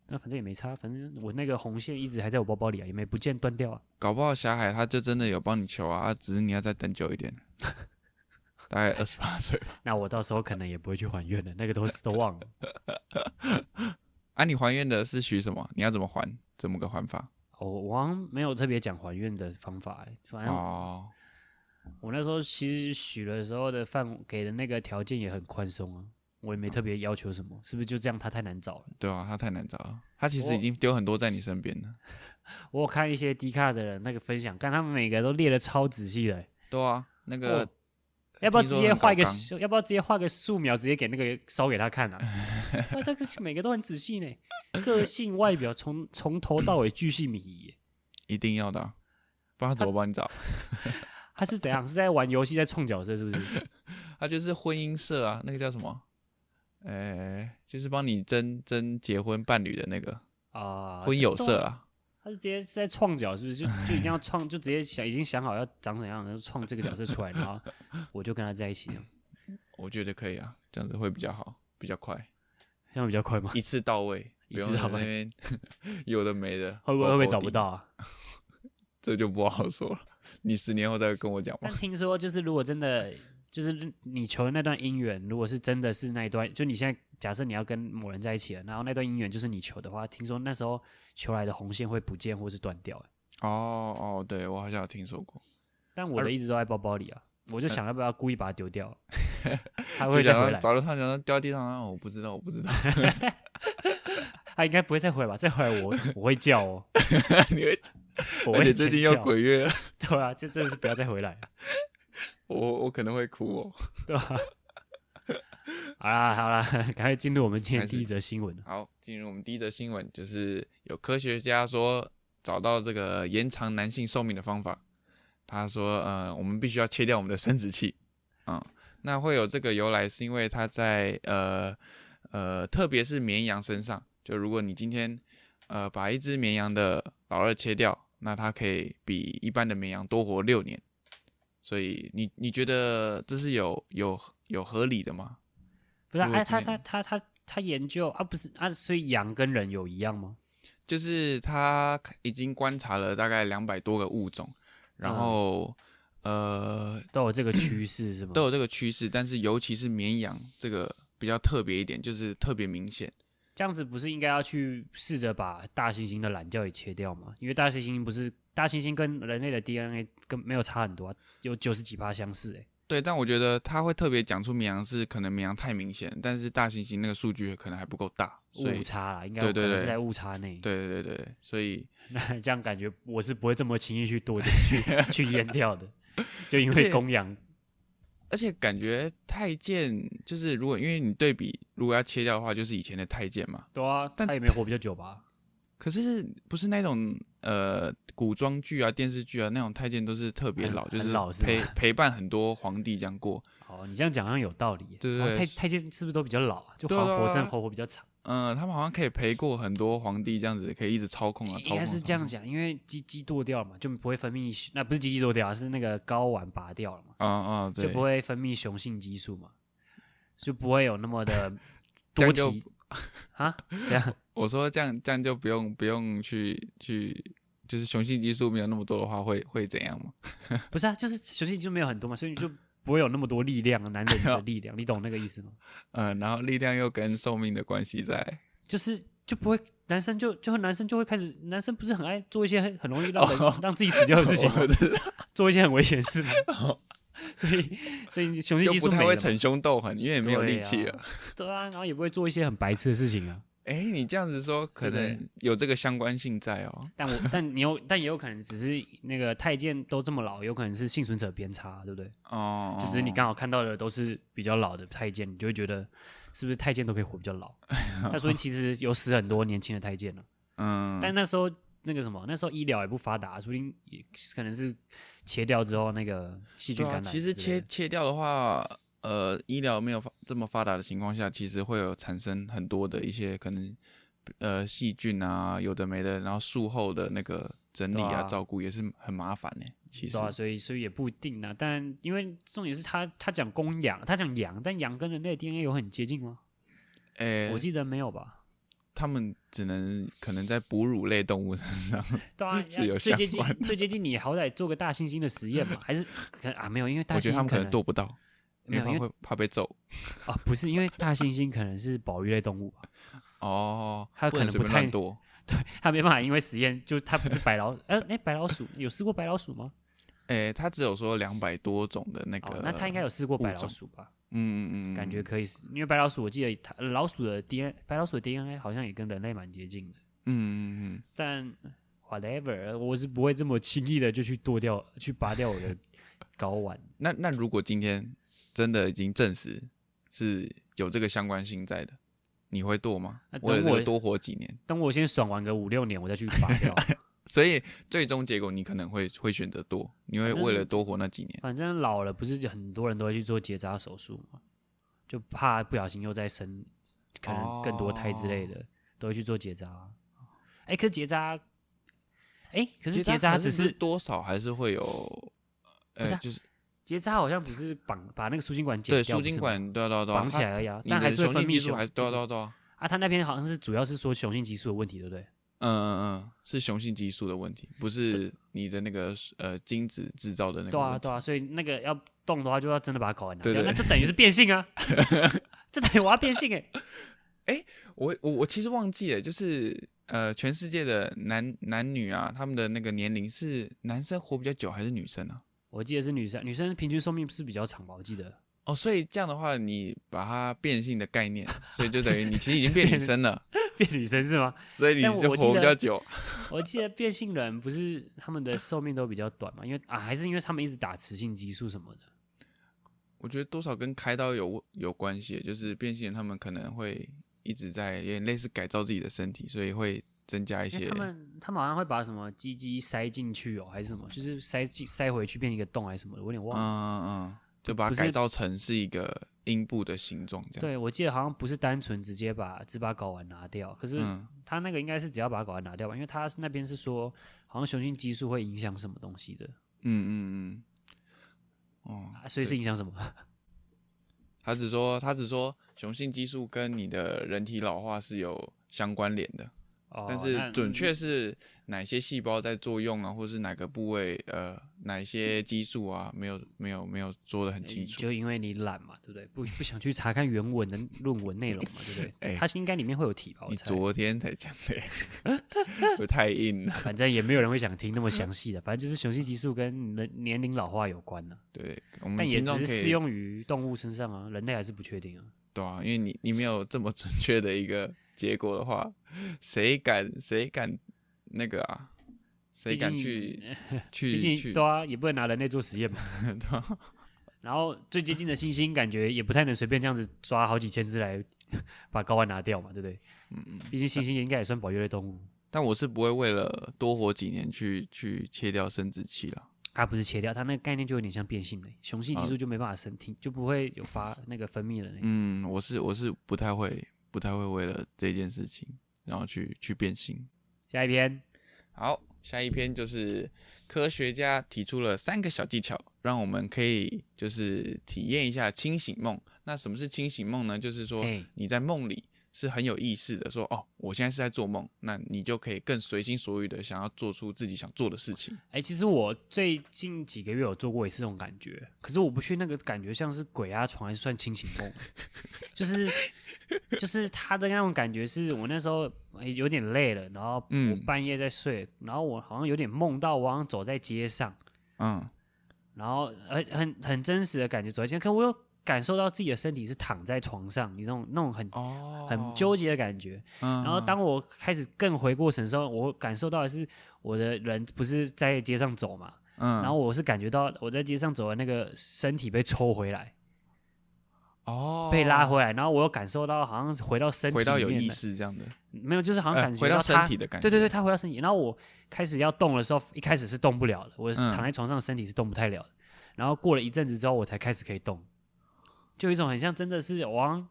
Speaker 1: 那反正也没差，反正我那个红线一直还在我包包里啊，也没不见断掉啊。
Speaker 2: 搞不好霞海他就真的有帮你求啊，啊只是你要再等久一点，大概二十八岁吧。
Speaker 1: 那我到时候可能也不会去还愿了，那个都是都忘了。
Speaker 2: 啊，你还愿的是许什么？你要怎么还？怎么个还法？
Speaker 1: 我、哦我好像没有特别讲还愿的方法、欸，反正
Speaker 2: 哦，
Speaker 1: 我那时候其实许的时候的范给的那个条件也很宽松啊，我也没特别要求什么，是不是就这样？他太难找了。
Speaker 2: 对啊，他太难找了，他其实
Speaker 1: 我
Speaker 2: 已经丢很多在你身边了。
Speaker 1: 我有看一些低卡的人那个分享，看他们每个都列的超仔细的欸、
Speaker 2: 对啊，那个
Speaker 1: 哦要不要
Speaker 2: 听
Speaker 1: 直
Speaker 2: 说
Speaker 1: 接
Speaker 2: 很
Speaker 1: 画一
Speaker 2: 高
Speaker 1: 个
Speaker 2: 纲
Speaker 1: 素？要不要直接画个素描，直接给那个烧给他 看啊？那这个每个都很仔细呢，个性、外表从从头到尾巨细靡遗耶。
Speaker 2: 一定要的啊，不然他怎么帮你找？
Speaker 1: 他是怎样？是在玩游戏，在创角色，是不是？
Speaker 2: 他就是婚姻社啊，那个叫什么？呃、就是帮你争争结婚伴侣的那个
Speaker 1: 啊、
Speaker 2: 婚友社
Speaker 1: 对啊。
Speaker 2: 啊。
Speaker 1: 他是直接是在创角，是不是？就就一定要创，就直接想已经想好要长怎样，然后创这个角色出来，然后我就跟他在一起了，
Speaker 2: 我觉得可以啊，这样子会比较好，比较快，
Speaker 1: 这样比较快吗？
Speaker 2: 一次到位，
Speaker 1: 一次到位
Speaker 2: 不用在那边有的没的，
Speaker 1: 会不会
Speaker 2: 包
Speaker 1: 会不会
Speaker 2: 包
Speaker 1: 找不
Speaker 2: 地？
Speaker 1: 到啊？
Speaker 2: 这就不好说了。你十年后再跟我讲吧
Speaker 1: 但。听说就是如果真的就是你求的那段姻缘，如果是真的是那一段，就你现在假设你要跟某人在一起了，然后那段姻缘就是你求的话，听说那时候求来的红线会不见或是断掉、欸
Speaker 2: 哦哦，对我好像有听说过。
Speaker 1: 但我的一直都在包包里啊，我就想要不要故意把它丢掉，它
Speaker 2: 就
Speaker 1: 会再
Speaker 2: 讲
Speaker 1: 回
Speaker 2: 到
Speaker 1: 来，
Speaker 2: 早就上讲到掉地上啊，我不知道，我不 知道。
Speaker 1: 它应该不会再回来吧？再回来 我我会叫哦，
Speaker 2: 你会，
Speaker 1: 我
Speaker 2: 而
Speaker 1: 会
Speaker 2: 且最
Speaker 1: 尖
Speaker 2: 近又
Speaker 1: 叫，
Speaker 2: 鬼月了，
Speaker 1: 对啊，就真的是不要再回来了，
Speaker 2: 我我可能会哭哦。
Speaker 1: 对吧、好啦好啦， 赶快进入我们 今天
Speaker 2: 开始
Speaker 1: 第一则新闻了。啊
Speaker 2: 好，进入我们第一则新闻，就是有科学家说找到这个延长男性寿命的方法。他说，呃，我们必须要切掉我们的生殖器。嗯，那会有这个由来，是因为他在呃呃，特别是绵羊身上，就如果你今天呃把一只绵羊的老二切掉，那它可以比一般的绵羊多活六年。所以你你觉得这是有有有合理的吗？
Speaker 1: 不是啊，
Speaker 2: 如果
Speaker 1: 哎，他
Speaker 2: 今天
Speaker 1: 他他他他研究啊，不是啊，所以羊跟人有一样吗？
Speaker 2: 就是他已经观察了大概两百多个物种，然后、呃
Speaker 1: 都有这个趋势是吗？
Speaker 2: 都有这个趋势，但是尤其是绵羊这个比较特别一点，就是特别明显。
Speaker 1: 这样子不是应该要去试着把大猩猩的懒觉也切掉吗？因为大猩猩不是大猩猩跟人类的 DNA 跟没有差很多、啊，有九十几趴相似、欸。
Speaker 2: 对，但我觉得他会特别讲出绵羊是可能绵羊太明显，但是大猩猩那个数据可能还不够大，所以
Speaker 1: 误差啦，应该
Speaker 2: 对对
Speaker 1: 可能
Speaker 2: 对
Speaker 1: 是在误差内。
Speaker 2: 对对对对，所以
Speaker 1: 那这样感觉我是不会这么轻易去剁掉、 去去阉掉的，就因
Speaker 2: 而且
Speaker 1: 为公羊
Speaker 2: 而且感觉太监就是如果因为你对比如果要切掉的话，就是以前的太监嘛，
Speaker 1: 对啊，
Speaker 2: 但
Speaker 1: 它也没活比较久吧？
Speaker 2: 可是不是那种呃古装剧啊、电视剧啊那种太监都是特别
Speaker 1: 很
Speaker 2: 老，就
Speaker 1: 很老是吗
Speaker 2: 陪陪伴很多皇帝这样过。
Speaker 1: 哦，你这样讲好像有道理、欸。
Speaker 2: 对对
Speaker 1: 哦
Speaker 2: 对
Speaker 1: 太太监是不是都比较老啊？就
Speaker 2: 对啊
Speaker 1: 活活
Speaker 2: 对啊
Speaker 1: 真的活活比较长。
Speaker 2: 嗯、他们好像可以陪过很多皇帝，这样子可以一直操控啊，操
Speaker 1: 应该
Speaker 2: 控。
Speaker 1: 是
Speaker 2: 操
Speaker 1: 这样
Speaker 2: 控
Speaker 1: 讲，因为鸡鸡剁掉了嘛，就不会分泌雄，那不是鸡鸡剁掉啊，是那个睾丸拔掉了嘛，
Speaker 2: 啊啊、对，
Speaker 1: 就不会分泌雄性激素嘛，就不会有那么的
Speaker 2: 这
Speaker 1: 多
Speaker 2: 样就
Speaker 1: 提啊，这样
Speaker 2: 我说这样这样就不用不用去去，就是雄性激素没有那么多的话，会会怎样吗？
Speaker 1: 不是啊，就是雄性激素没有很多嘛，所以你就不会有那么多力量啊，男 人的力量，你懂那个意思吗？
Speaker 2: 嗯、然后力量又跟寿命的关系 在。
Speaker 1: 就是就不会。男生就就男生就会开始，男生不是很爱做一些很很容易让人、
Speaker 2: 哦
Speaker 1: 让自己死掉 的事情吗，
Speaker 2: 我知道
Speaker 1: 做一些很危险的事吗？ 所以所以雄性
Speaker 2: 哦就
Speaker 1: 激
Speaker 2: 不
Speaker 1: 素
Speaker 2: 太
Speaker 1: 没了
Speaker 2: 会
Speaker 1: 嘛
Speaker 2: 逞凶斗狠，因为没有
Speaker 1: 对
Speaker 2: 力气
Speaker 1: 啊
Speaker 2: 了。
Speaker 1: 对啊，然后也不会做一些很白痴的事情 啊。
Speaker 2: 哎、你这样子说，
Speaker 1: 对
Speaker 2: 可
Speaker 1: 不对
Speaker 2: 能有这个相关性在哦。
Speaker 1: 但我但你有但也有可能只是那个太监都这么老，有可能是幸存者偏差，对不对？
Speaker 2: 哦，
Speaker 1: 就只是你刚好看到的都是比较老的太监，你就会觉得是不是太监都可以活比较 老？那所以其实有死很多年轻的太监了。
Speaker 2: 嗯，
Speaker 1: 但那时候那个什么，那时候医疗也不发达，说不定也可能是切掉之后那个细菌
Speaker 2: 对
Speaker 1: 感
Speaker 2: 啊，
Speaker 1: 染之
Speaker 2: 其
Speaker 1: 类的。
Speaker 2: 实切切掉的话，呃，医疗没有发这么发达的情况下，其实会有产生很多的一些可能，呃，细菌啊，有的没的，然后术后的那个整理
Speaker 1: 对
Speaker 2: 啊、
Speaker 1: 啊
Speaker 2: 照顾也是很麻烦呢、其实
Speaker 1: 对，啊，所以所以也不一定啊。但因为重点是他他讲公羊，他讲羊，但羊跟人类的 DNA 有很接近吗？
Speaker 2: 诶、
Speaker 1: 我记得没有吧？
Speaker 2: 他们只能可能在哺乳类动物身上，
Speaker 1: 对啊，
Speaker 2: 是有
Speaker 1: 最接
Speaker 2: 相
Speaker 1: 近
Speaker 2: 关
Speaker 1: 最接近，你好歹做个大猩猩的实验嘛，还是可能啊没有，因为大
Speaker 2: 我觉
Speaker 1: 猩
Speaker 2: 得他
Speaker 1: 猩
Speaker 2: 们可能
Speaker 1: 能
Speaker 2: 做不到，
Speaker 1: 没有，
Speaker 2: 因为
Speaker 1: 因
Speaker 2: 怕
Speaker 1: 为
Speaker 2: 会怕被揍
Speaker 1: 啊不是，因为大猩猩可能是保育类动物吧，
Speaker 2: 哦，
Speaker 1: 它
Speaker 2: 不
Speaker 1: 可
Speaker 2: 能
Speaker 1: 能
Speaker 2: 随
Speaker 1: 不
Speaker 2: 便
Speaker 1: 太
Speaker 2: 乱多。
Speaker 1: 它没办法，因为实验就它不是白老，呃哎白老鼠有试过白老鼠吗？
Speaker 2: 诶、他只有说两百多种的那个，
Speaker 1: 哦，那它应该有试过白
Speaker 2: 物
Speaker 1: 老
Speaker 2: 种
Speaker 1: 鼠吧？
Speaker 2: 嗯，嗯嗯嗯，
Speaker 1: 感觉可以试，因为白老鼠我记得它呃老鼠的 DNA 白老鼠的 DNA 好像也跟人类蛮接近的，
Speaker 2: 嗯嗯嗯
Speaker 1: 但 whatever，我呃是不会这么轻易的就去剁掉去拔掉我的睾丸。
Speaker 2: 那那如果今天真的已经证实是有这个相关性在的，你会剁吗
Speaker 1: 那？啊等
Speaker 2: 为了这
Speaker 1: 我
Speaker 2: 个多活几年，
Speaker 1: 等我先爽玩个五六年，我再去拔掉。
Speaker 2: 所以最终结果你可能会会选择剁，你会
Speaker 1: 反正
Speaker 2: 为了多活那几年。
Speaker 1: 反正老了不是很多人都会去做结扎手术嘛，就怕不小心又再生，可能更多胎之类
Speaker 2: 哦
Speaker 1: 的，都会去做结扎。哎、可是结扎，哎、可是结扎
Speaker 2: 还
Speaker 1: 只
Speaker 2: 是
Speaker 1: 是
Speaker 2: 多少还是会有，
Speaker 1: 不是
Speaker 2: 呃，
Speaker 1: 啊
Speaker 2: 就是
Speaker 1: 结扎，好像只是绑把那个输精管剪
Speaker 2: 对
Speaker 1: 掉，
Speaker 2: 输
Speaker 1: 不是
Speaker 2: 精
Speaker 1: 吗
Speaker 2: 管对啊对啊对啊，
Speaker 1: 绑起
Speaker 2: 它
Speaker 1: 来而已啊
Speaker 2: 你
Speaker 1: 但还
Speaker 2: 的
Speaker 1: 是会
Speaker 2: 雄
Speaker 1: 分
Speaker 2: 性激
Speaker 1: 泌
Speaker 2: 素
Speaker 1: 雄
Speaker 2: 还是对啊
Speaker 1: 对
Speaker 2: 对啊对啊，
Speaker 1: 啊。他那边好像是主要是说雄性激素的问题，对不对？
Speaker 2: 嗯嗯嗯，是雄性激素的问题，不是你的那个呃精子制造的那个
Speaker 1: 对
Speaker 2: 问
Speaker 1: 啊，
Speaker 2: 题。
Speaker 1: 对啊，所以那个要动的话，就要真的把它搞完拿掉。
Speaker 2: 对对
Speaker 1: 那这等于是变 性啊，这等于我要变性哎、
Speaker 2: 我我我其实忘记了，就是呃，全世界的男男女啊，他们的那个年龄是男生活比较久还是女生啊？
Speaker 1: 我记得是女生，女生平均寿命是比较长吧？我记得
Speaker 2: 哦，所以这样的话，你把它变性的概念，所以就等于你其实已经变女生了，
Speaker 1: 变女生是吗？
Speaker 2: 所以你
Speaker 1: 但我
Speaker 2: 就
Speaker 1: 我记
Speaker 2: 活比
Speaker 1: 得
Speaker 2: 较久。
Speaker 1: 我记得变性人不是他们的寿命都比较短嘛？因为啊，还是因为他们一直打雌性激素什么的。
Speaker 2: 我觉得多少跟开刀有有关系，就是变性人他们可能会一直在有点类似改造自己的身体，所以会增加一
Speaker 1: 因为
Speaker 2: 些嗯
Speaker 1: 他们他们好像会把什么鸡鸡塞进去哦，还是什么，就是塞进塞回去变一个洞还是什么的，我有点
Speaker 2: 嗯
Speaker 1: 忘了。
Speaker 2: 嗯嗯，就把
Speaker 1: 不
Speaker 2: 它
Speaker 1: 是
Speaker 2: 改造成是一个阴部的形状这样。
Speaker 1: 对，我记得好像不是单纯直接把只把睾丸拿掉，可是
Speaker 2: 嗯
Speaker 1: 他那个应该是只要把睾丸拿掉吧，因为他那边是说好像雄性激素会影响什么东西的，
Speaker 2: 嗯嗯嗯，哦，
Speaker 1: 啊所以是影响什么？
Speaker 2: 他只说他只说雄性激素跟你的人体老化是有相关联的，
Speaker 1: 哦，
Speaker 2: 但是
Speaker 1: 那
Speaker 2: 准确是哪些细胞在作用啊，或是哪个部位呃哪一些激素啊，没有没有没有说的很清楚。
Speaker 1: 就因为你懒嘛，对不对？不不想去查看原文的论文内容嘛，对不对？
Speaker 2: 哎
Speaker 1: 它是应该里面会有题吧？我
Speaker 2: 你
Speaker 1: 猜，
Speaker 2: 昨天才讲的， 我太硬了。
Speaker 1: 反正也没有人会想听那么详细的，反正就是雄性激素跟人年龄老化有关呢、
Speaker 2: 对，我们
Speaker 1: 但也只
Speaker 2: 听众
Speaker 1: 是
Speaker 2: 可
Speaker 1: 适
Speaker 2: 以
Speaker 1: 用于动物身上啊，人类还是不确定啊。
Speaker 2: 对啊，因为你你没有这么准确的一个结果的话，谁敢谁敢那个啊？谁敢
Speaker 1: 毕竟呃
Speaker 2: 去
Speaker 1: 毕
Speaker 2: 去
Speaker 1: 竟
Speaker 2: 去？
Speaker 1: 对啊，也不能拿人类做实验嘛。
Speaker 2: 对啊
Speaker 1: 然后最接近的星星，感觉也不太能随便这样子抓好几千只来 把睾丸拿掉嘛，对不对？
Speaker 2: 嗯嗯。
Speaker 1: 毕竟星星应该也算保育类动物，
Speaker 2: 但我是不会为了多活几年去去切掉生殖器了。
Speaker 1: 它不是切掉，它那个概念就有点像变性嘞，雄性激素就没办法生体，就不会有发那个分泌了嘞。
Speaker 2: 嗯，我是我是不太会不太会为了这件事情，然后去去变性。
Speaker 1: 下一篇，
Speaker 2: 好，下一篇就是科学家提出了三个小技巧，让我们可以就是体验一下清醒梦。那什么是清醒梦呢？就是说
Speaker 1: 嘿
Speaker 2: 你在梦里是很有意识的，说哦，我现在是在做梦，那你就可以更随心所欲的想要做出自己想做的事情。
Speaker 1: 哎、其实我最近几个月有做过一次这种感觉，可是我不去那个感觉像是鬼压床还是算清醒 梦，就是就是他的那种感觉是我那时候哎有点累了，然后我
Speaker 2: 嗯
Speaker 1: 半夜在睡，然后我好像有点梦到我好像走在街上，
Speaker 2: 嗯，
Speaker 1: 然后很很很真实的感觉走在街上，可我又感受到自己的身体是躺在床上，你这种那种很。
Speaker 2: 哦
Speaker 1: 很纠结的感觉，
Speaker 2: 嗯
Speaker 1: 然后当我开始更回过神的时候，我感受到的是我的人不是在街上走嘛，
Speaker 2: 嗯，
Speaker 1: 然后我是感觉到我在街上走的那个身体被抽回来，
Speaker 2: 哦
Speaker 1: 被拉回来，然后我又感受到好像是回到身体
Speaker 2: 回到
Speaker 1: 里
Speaker 2: 有
Speaker 1: 面
Speaker 2: 意
Speaker 1: 了，
Speaker 2: 识这样的，
Speaker 1: 没有，就是好像
Speaker 2: 呃
Speaker 1: 感觉
Speaker 2: 回到
Speaker 1: 它
Speaker 2: 身体的感
Speaker 1: 对对
Speaker 2: 觉
Speaker 1: 对，他回到身体。然后我开始要动的时候，一开始是动不了的，我是
Speaker 2: 嗯
Speaker 1: 躺在床上，身体是动不太了的。然后过了一阵子之后，我才开始可以动，就有一种很像真的是我好像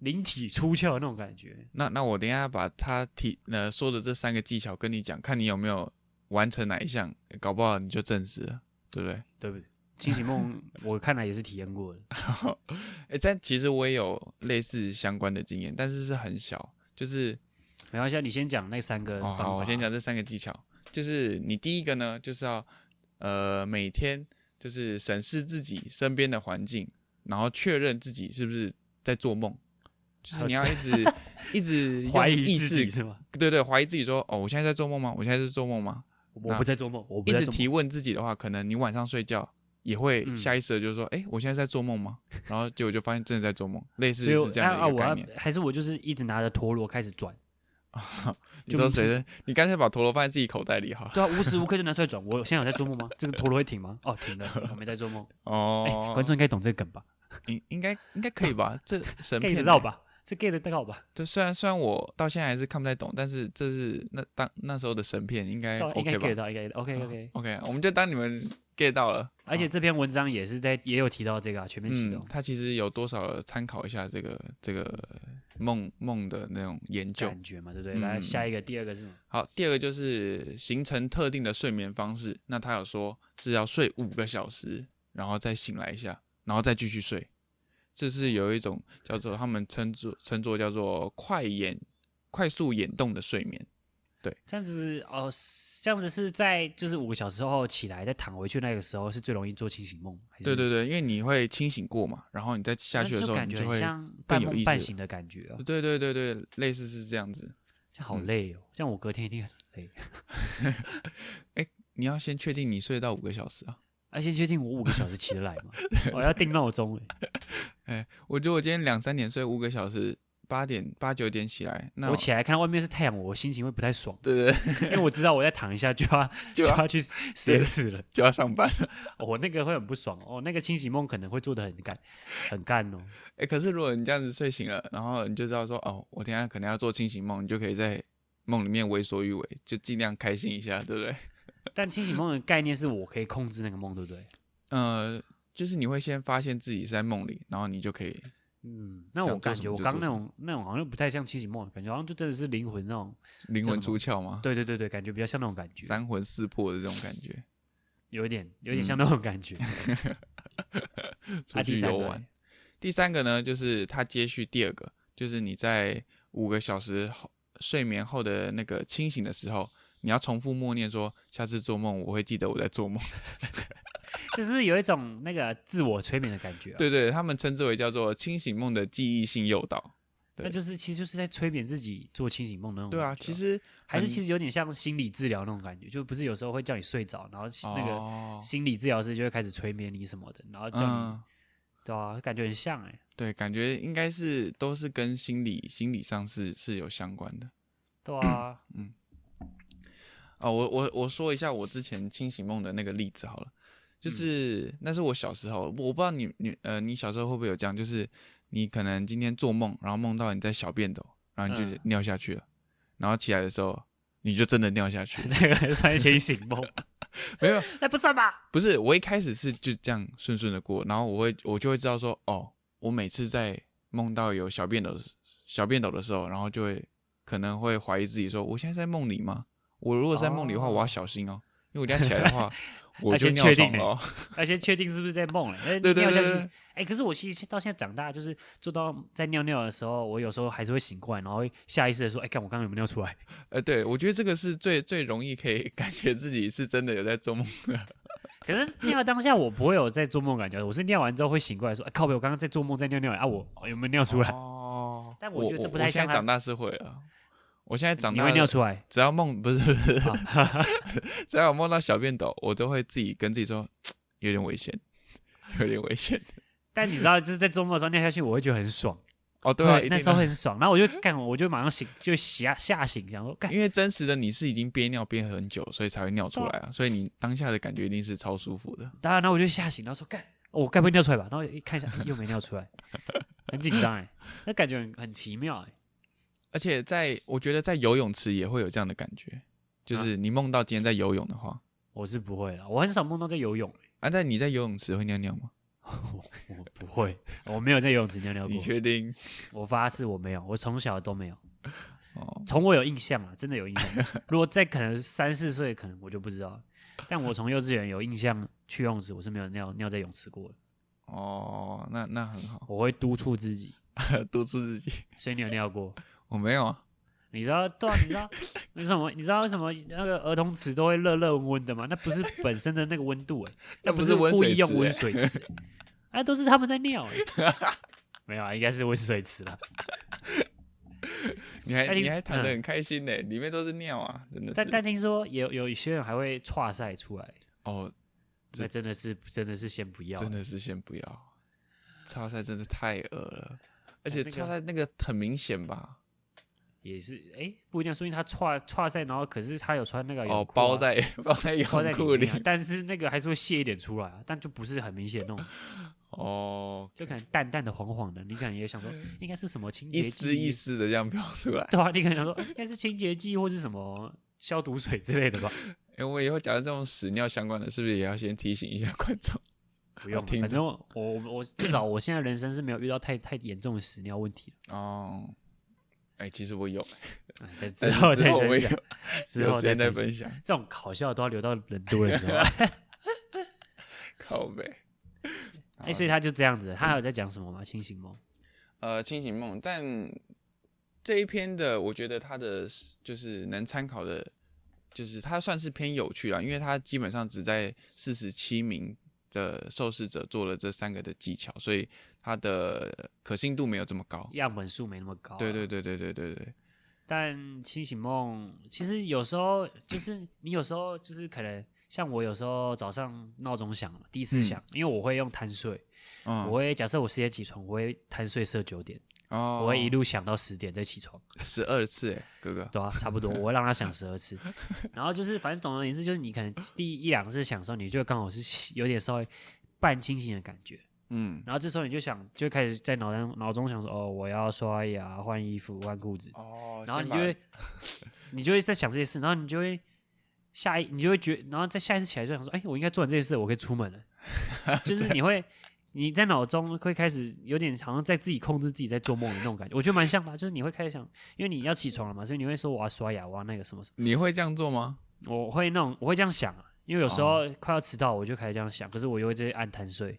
Speaker 1: 灵体出窍的那种感觉。
Speaker 2: 那那我等一下把他提呃说的这三个技巧跟你讲，看你有没有完成哪一项，搞不好你就证实了，对不对？
Speaker 1: 对不对？清醒梦我看来也是体验过 的，
Speaker 2: 哎、但其实我也有类似相关的经验，但是是很小，就是
Speaker 1: 没关系啊，你先讲那三个方
Speaker 2: 哦，
Speaker 1: 法。
Speaker 2: 好，我先讲这三个技巧，就是你第一个呢，就是要呃每天就是审视自己身边的环境，然后确认自己是不是在做梦，就是你要一直 一直用
Speaker 1: 怀疑
Speaker 2: 意
Speaker 1: 自
Speaker 2: 识
Speaker 1: 己是吗？
Speaker 2: 对对，怀疑自己说，哦，我现在在做梦吗？我现在在做梦吗？
Speaker 1: 我不在做梦，我不
Speaker 2: 一
Speaker 1: 在
Speaker 2: 直
Speaker 1: 做
Speaker 2: 提
Speaker 1: 梦。
Speaker 2: 问自己的话，可能你晚上睡觉也会
Speaker 1: 嗯
Speaker 2: 下意识的就说，哎、我现在在做梦吗？然后结果就发现真的在做梦，类似
Speaker 1: 所以我
Speaker 2: 是这样
Speaker 1: 啊，
Speaker 2: 的一个
Speaker 1: 我
Speaker 2: 概
Speaker 1: 要
Speaker 2: 念。
Speaker 1: 还是我就是一直拿着陀螺开始转，
Speaker 2: 你
Speaker 1: 就
Speaker 2: 说
Speaker 1: 是
Speaker 2: 谁的？你干脆把陀螺放在自己口袋里好了。
Speaker 1: 对啊，无时无刻就拿出来转。我现在有在做梦吗？这个陀螺会停吗？哦，停了，我没在做梦。哎、
Speaker 2: 哦，
Speaker 1: 观众应该懂这个梗吧
Speaker 2: 应应该应该可以吧？这神
Speaker 1: ？get
Speaker 2: 片
Speaker 1: 得
Speaker 2: 欸
Speaker 1: 到？吧？这 get 得到吧？
Speaker 2: 对，虽然虽然我到现在还是看不太懂，但是这是那当那时候的神片，应该
Speaker 1: 到应该
Speaker 2: 哎 OK
Speaker 1: get 得
Speaker 2: 吧嗯
Speaker 1: 到，应该 OK OK。
Speaker 2: ？OK，我们就当你们 get 到了。
Speaker 1: 而且这篇文章也是在也有提到这个啊，全面启动
Speaker 2: 嗯，。他其实有多少参考一下这个这个梦梦的那种研究。
Speaker 1: 感觉嘛，对不对？
Speaker 2: 嗯
Speaker 1: 来下一个，第二个是什么？
Speaker 2: 好，第二个就是形成特定的睡眠方式。那他有说是要睡五个小时，然后再醒来一下，然后再继续睡。这是有一种叫做他们称作称作叫做快眼快速眼动的睡眠。对，
Speaker 1: 这样子哦，这样子是在就是五个小时后起来再躺回去那个时候是最容易做清醒梦，还是
Speaker 2: 对对对，因为你会清醒过嘛，然后你再下
Speaker 1: 那
Speaker 2: 去的时
Speaker 1: 就
Speaker 2: 候，
Speaker 1: 感
Speaker 2: 你
Speaker 1: 觉
Speaker 2: 就
Speaker 1: 很
Speaker 2: 会，
Speaker 1: 像半
Speaker 2: 有意
Speaker 1: 梦
Speaker 2: 识
Speaker 1: 半
Speaker 2: 了嗯
Speaker 1: 醒的感觉哦，
Speaker 2: 对对对对，类似是这样子。
Speaker 1: 这样好累哦，这样我隔天一定很累。
Speaker 2: 你要先确定你睡到五个小时啊。
Speaker 1: 而哎且确定我五个小时起得来 吗？我要定闹钟欸，
Speaker 2: 我觉得我今天两三点睡五个小时，八点八九点起来， 那
Speaker 1: 我起来看外面是太阳，我心情会不太爽，
Speaker 2: 对对对，
Speaker 1: 因为我知道我再躺一下就要
Speaker 2: 就要
Speaker 1: 要去写死了，
Speaker 2: 就要上班了。
Speaker 1: 我那个会很不爽哦，那个清醒梦可能会做的很干，很干哦。
Speaker 2: 哎、可是如果你这样子睡醒了，然后你就知道说，哦，我等一下可能要做清醒梦，你就可以在梦里面为所欲为，就尽量开心一下，对不对？
Speaker 1: 但清醒梦的概念是我可以控制那个梦，对不对？
Speaker 2: 呃，就是你会先发现自己是在梦里，然后你就可以，
Speaker 1: 嗯，那我
Speaker 2: 想做
Speaker 1: 感
Speaker 2: 什
Speaker 1: 觉
Speaker 2: 么
Speaker 1: 我
Speaker 2: 就
Speaker 1: 刚
Speaker 2: 做
Speaker 1: 那
Speaker 2: 什么
Speaker 1: 种那种好像不太像清醒梦，感觉好像就真的是灵魂那 种，
Speaker 2: 灵
Speaker 1: 叫
Speaker 2: 魂
Speaker 1: 什么
Speaker 2: 出窍吗？
Speaker 1: 对对对对，感觉比较像那种感觉，
Speaker 2: 三魂四魄的这种感觉，
Speaker 1: 有一点有一点像那种 感觉。
Speaker 2: 出
Speaker 1: 啊第
Speaker 2: 去
Speaker 1: 三
Speaker 2: 游
Speaker 1: 个
Speaker 2: 玩
Speaker 1: 嘞。
Speaker 2: 第三个呢，就是它接续第二个，就是你在五个小时后睡眠后的那个清醒的时候，你要重复默念说，下次做梦我会记得我在做梦。
Speaker 1: 这是不是有一种那个自我催眠的感觉、啊？，
Speaker 2: 对对，他们称之为叫做清醒梦的记忆性诱导。
Speaker 1: 那就是其实就是在催眠自己做清醒梦的那种
Speaker 2: 对
Speaker 1: 感觉、
Speaker 2: 啊，其实
Speaker 1: 还是
Speaker 2: 很
Speaker 1: 其实有点像心理治疗那种感觉，就不是有时候会叫你睡着，然后那个
Speaker 2: 哦
Speaker 1: 心理治疗师就会开始催眠你什么的，然后叫你、
Speaker 2: 嗯，
Speaker 1: 对啊，感觉很像哎、
Speaker 2: 对，感觉应该是都是跟心理心理上是是有相关的。
Speaker 1: 对 啊，
Speaker 2: 哦，我我我说一下我之前清醒梦的那个例子好了，就是、那是我小时候，我不知道你你呃你小时候会不会有这样，就是你可能今天做梦，然后梦到你在小便斗，然后你
Speaker 1: 嗯
Speaker 2: 就尿下去了，然后起来的时候你就真的尿 下去了，
Speaker 1: 那个算清醒 梦，
Speaker 2: 没有，
Speaker 1: 那不算吧？
Speaker 2: 不是，我一开始是就这样顺顺的过，然后我会我就会知道说，哦，我每次在梦到有小便斗小便斗的时候，然后就会可能会怀疑自己说，我现在在梦里吗？我如果在梦里的话，
Speaker 1: 哦
Speaker 2: 我要小心哦，因为我等一下起来的 话，我就
Speaker 1: 而且
Speaker 2: 尿
Speaker 1: 确定
Speaker 2: 床了、哦。
Speaker 1: 要先确定是不是在梦了，欸
Speaker 2: 对对
Speaker 1: 尿下
Speaker 2: 对
Speaker 1: 去
Speaker 2: 对，
Speaker 1: 哎、可是我其实到现在长大，就是做到在尿尿的时候，我有时候还是会醒过来，然后会下意识的说：“哎、看我刚刚有没有尿出来
Speaker 2: 呃，对，我觉得这个是最最容易可以 感觉自己是真的有在做梦的。？”
Speaker 1: 可是尿当下我不会有在做梦感觉，我是尿完之后会醒过来说：“哎、靠北，我刚刚在做梦，在尿尿啊，我我有没有尿出来？”
Speaker 2: 哦，
Speaker 1: 但我觉得这不太
Speaker 2: 我现
Speaker 1: 像
Speaker 2: 在
Speaker 1: 他
Speaker 2: 长大是会了，我现在长
Speaker 1: 你
Speaker 2: 大
Speaker 1: 会
Speaker 2: 了
Speaker 1: 尿出来？
Speaker 2: 只要梦不是，不是
Speaker 1: 啊
Speaker 2: 只要我梦到小便斗，我都会自己跟自己说，有点危险， 有点危险。
Speaker 1: 但你知道，就是在做梦的时候尿下去，我会觉得很爽，
Speaker 2: 哦， 对啊，一
Speaker 1: 那
Speaker 2: 定
Speaker 1: 时候
Speaker 2: 的
Speaker 1: 很爽。然后我就干，我就马上醒，就吓吓醒，想说干
Speaker 2: 因为真实的你是已经憋尿憋很久，所以才会尿出来
Speaker 1: 哦
Speaker 2: 啊，所以你当下的感觉一定是超舒服的。
Speaker 1: 当然，然后我就吓醒，然后说干，我该不会尿出来吧？然后一看一下，哎又没尿出来， 很紧张哎，那感觉很很奇妙哎、
Speaker 2: 而且在我觉得在游泳池也会有这样的感觉，就是你梦到今天在游泳的话，
Speaker 1: 我是不会了，我很少梦到在游泳、
Speaker 2: 啊，但你在游泳池会尿尿吗？
Speaker 1: 欸，我不会，我没有在游泳池尿尿过
Speaker 2: 你，确定？
Speaker 1: 我发誓我没有，我从小都没有，
Speaker 2: 哦，
Speaker 1: 从我有印象啊，真的有印象。如果在可能三四岁，可能我就不知道了，但我从幼稚园有印象去游泳池，我是没有尿尿在泳池过的，
Speaker 2: 哦，那那很好，
Speaker 1: 我会督促自己，
Speaker 2: 督促自己。
Speaker 1: 所以你有尿过。
Speaker 2: 我没有啊，
Speaker 1: 你知道，对、啊，你知道为什么？你知道为什么那个儿童池都会热热温温的吗？那不是本身的那个温度、欸，
Speaker 2: 那
Speaker 1: 不
Speaker 2: 不是温
Speaker 1: 故
Speaker 2: 水
Speaker 1: 意用
Speaker 2: 池
Speaker 1: 温
Speaker 2: 欸
Speaker 1: 水池、欸，那都是他们在尿、 欸。没有啊，应该是温水池了。
Speaker 2: 你
Speaker 1: 但
Speaker 2: 还
Speaker 1: 你
Speaker 2: 你还躺得
Speaker 1: 嗯
Speaker 2: 很开心呢，里面都是尿啊，真的
Speaker 1: 但
Speaker 2: 是。
Speaker 1: 但听说有有些人还会岔赛出来，
Speaker 2: 哦，这
Speaker 1: 那真的是真的是先不要欸、
Speaker 2: 真的是先不要，超赛真的太恶了，而且
Speaker 1: 哦那个
Speaker 2: 超赛那个很明显吧？
Speaker 1: 也是哎、欸不一定，说明他岔岔赛，然后可是他有穿那个
Speaker 2: 哦
Speaker 1: 泳，裤
Speaker 2: 包
Speaker 1: 啊
Speaker 2: 在包在泳
Speaker 1: 包在
Speaker 2: 裤
Speaker 1: 里
Speaker 2: 里
Speaker 1: 面啊、但是那个还是会泄一点出来啊，但就不是很明显那种，
Speaker 2: 哦，
Speaker 1: 就可能淡淡的黄黄的，你可能也 想说应该是什么清洁
Speaker 2: 一
Speaker 1: 剂
Speaker 2: 丝一丝的这样飘出来。
Speaker 1: 对啊，你可能想说应该是清洁剂或是什么消毒水之类的吧？
Speaker 2: 哎，我以后讲到这种屎尿相关的，是不是也要先提醒一下观众？
Speaker 1: 不用了，
Speaker 2: 听
Speaker 1: 反
Speaker 2: 着
Speaker 1: 正我我我至少我现在人生是没有遇到太太严重的屎尿问题
Speaker 2: 哦，哎，其实我有，
Speaker 1: 了。哎，之
Speaker 2: 但是
Speaker 1: 后
Speaker 2: 之
Speaker 1: 再
Speaker 2: 后我
Speaker 1: 分
Speaker 2: 也
Speaker 1: 享
Speaker 2: 有，
Speaker 1: 之
Speaker 2: 有
Speaker 1: 后
Speaker 2: 时间
Speaker 1: 再
Speaker 2: 再分
Speaker 1: 享。
Speaker 2: 享。
Speaker 1: 这种搞笑都要留到人多的时候。啊
Speaker 2: 靠呗。嗯
Speaker 1: 哎，所以他就这样子，他还有在讲什么吗？清醒梦？
Speaker 2: 呃，清醒梦，但这一篇的，我觉得它的就是能参考的，就是它算是偏有趣啦，因为它基本上只在四十七名的受试者做了这三个的技巧，所以它的可信度没有这么高。
Speaker 1: 样本数没那么高、啊
Speaker 2: 对对。对对对对对，
Speaker 1: 但清醒梦其实有时候就是你有时候就是可能像我有时候早上闹钟响了，第一次
Speaker 2: 嗯
Speaker 1: 响，因为我会用贪睡，
Speaker 2: 嗯，
Speaker 1: 我会假设我十点起床，我会贪睡设九点，
Speaker 2: 哦，
Speaker 1: 我会一路想到十点再起 床。
Speaker 2: 十二次哎，哥哥，
Speaker 1: 对啊，差不多，我会让他想十二次。然后就是，反正总而言之，就是你可能第一两次想的时候，你就刚好是有点稍微半清醒的感觉。
Speaker 2: 嗯，
Speaker 1: 然后这时候你就想，就开始在脑中脑中想说，哦，我要刷牙、换衣服、换裤子。
Speaker 2: 哦，
Speaker 1: 然后
Speaker 2: 先
Speaker 1: 你
Speaker 2: 把
Speaker 1: 就会，你就会在想这些事，然后你就会下一，你就会觉，然后在下一次起来就想说，哎、我应该做完这些事，我可以出门了。 就是你会，你在脑中会开始有点好像在自己控制自己在做梦的那种感觉，我觉得蛮像的啊，就是你会开始想，因为你要起床了嘛，所以你会说我要刷牙，我要那个什么什
Speaker 2: 你会这样做吗？
Speaker 1: 么，我会那种我会这样想啊，因为有时
Speaker 2: 哦
Speaker 1: 候快要迟到，我就开始这样想，可是我又会直接按贪睡。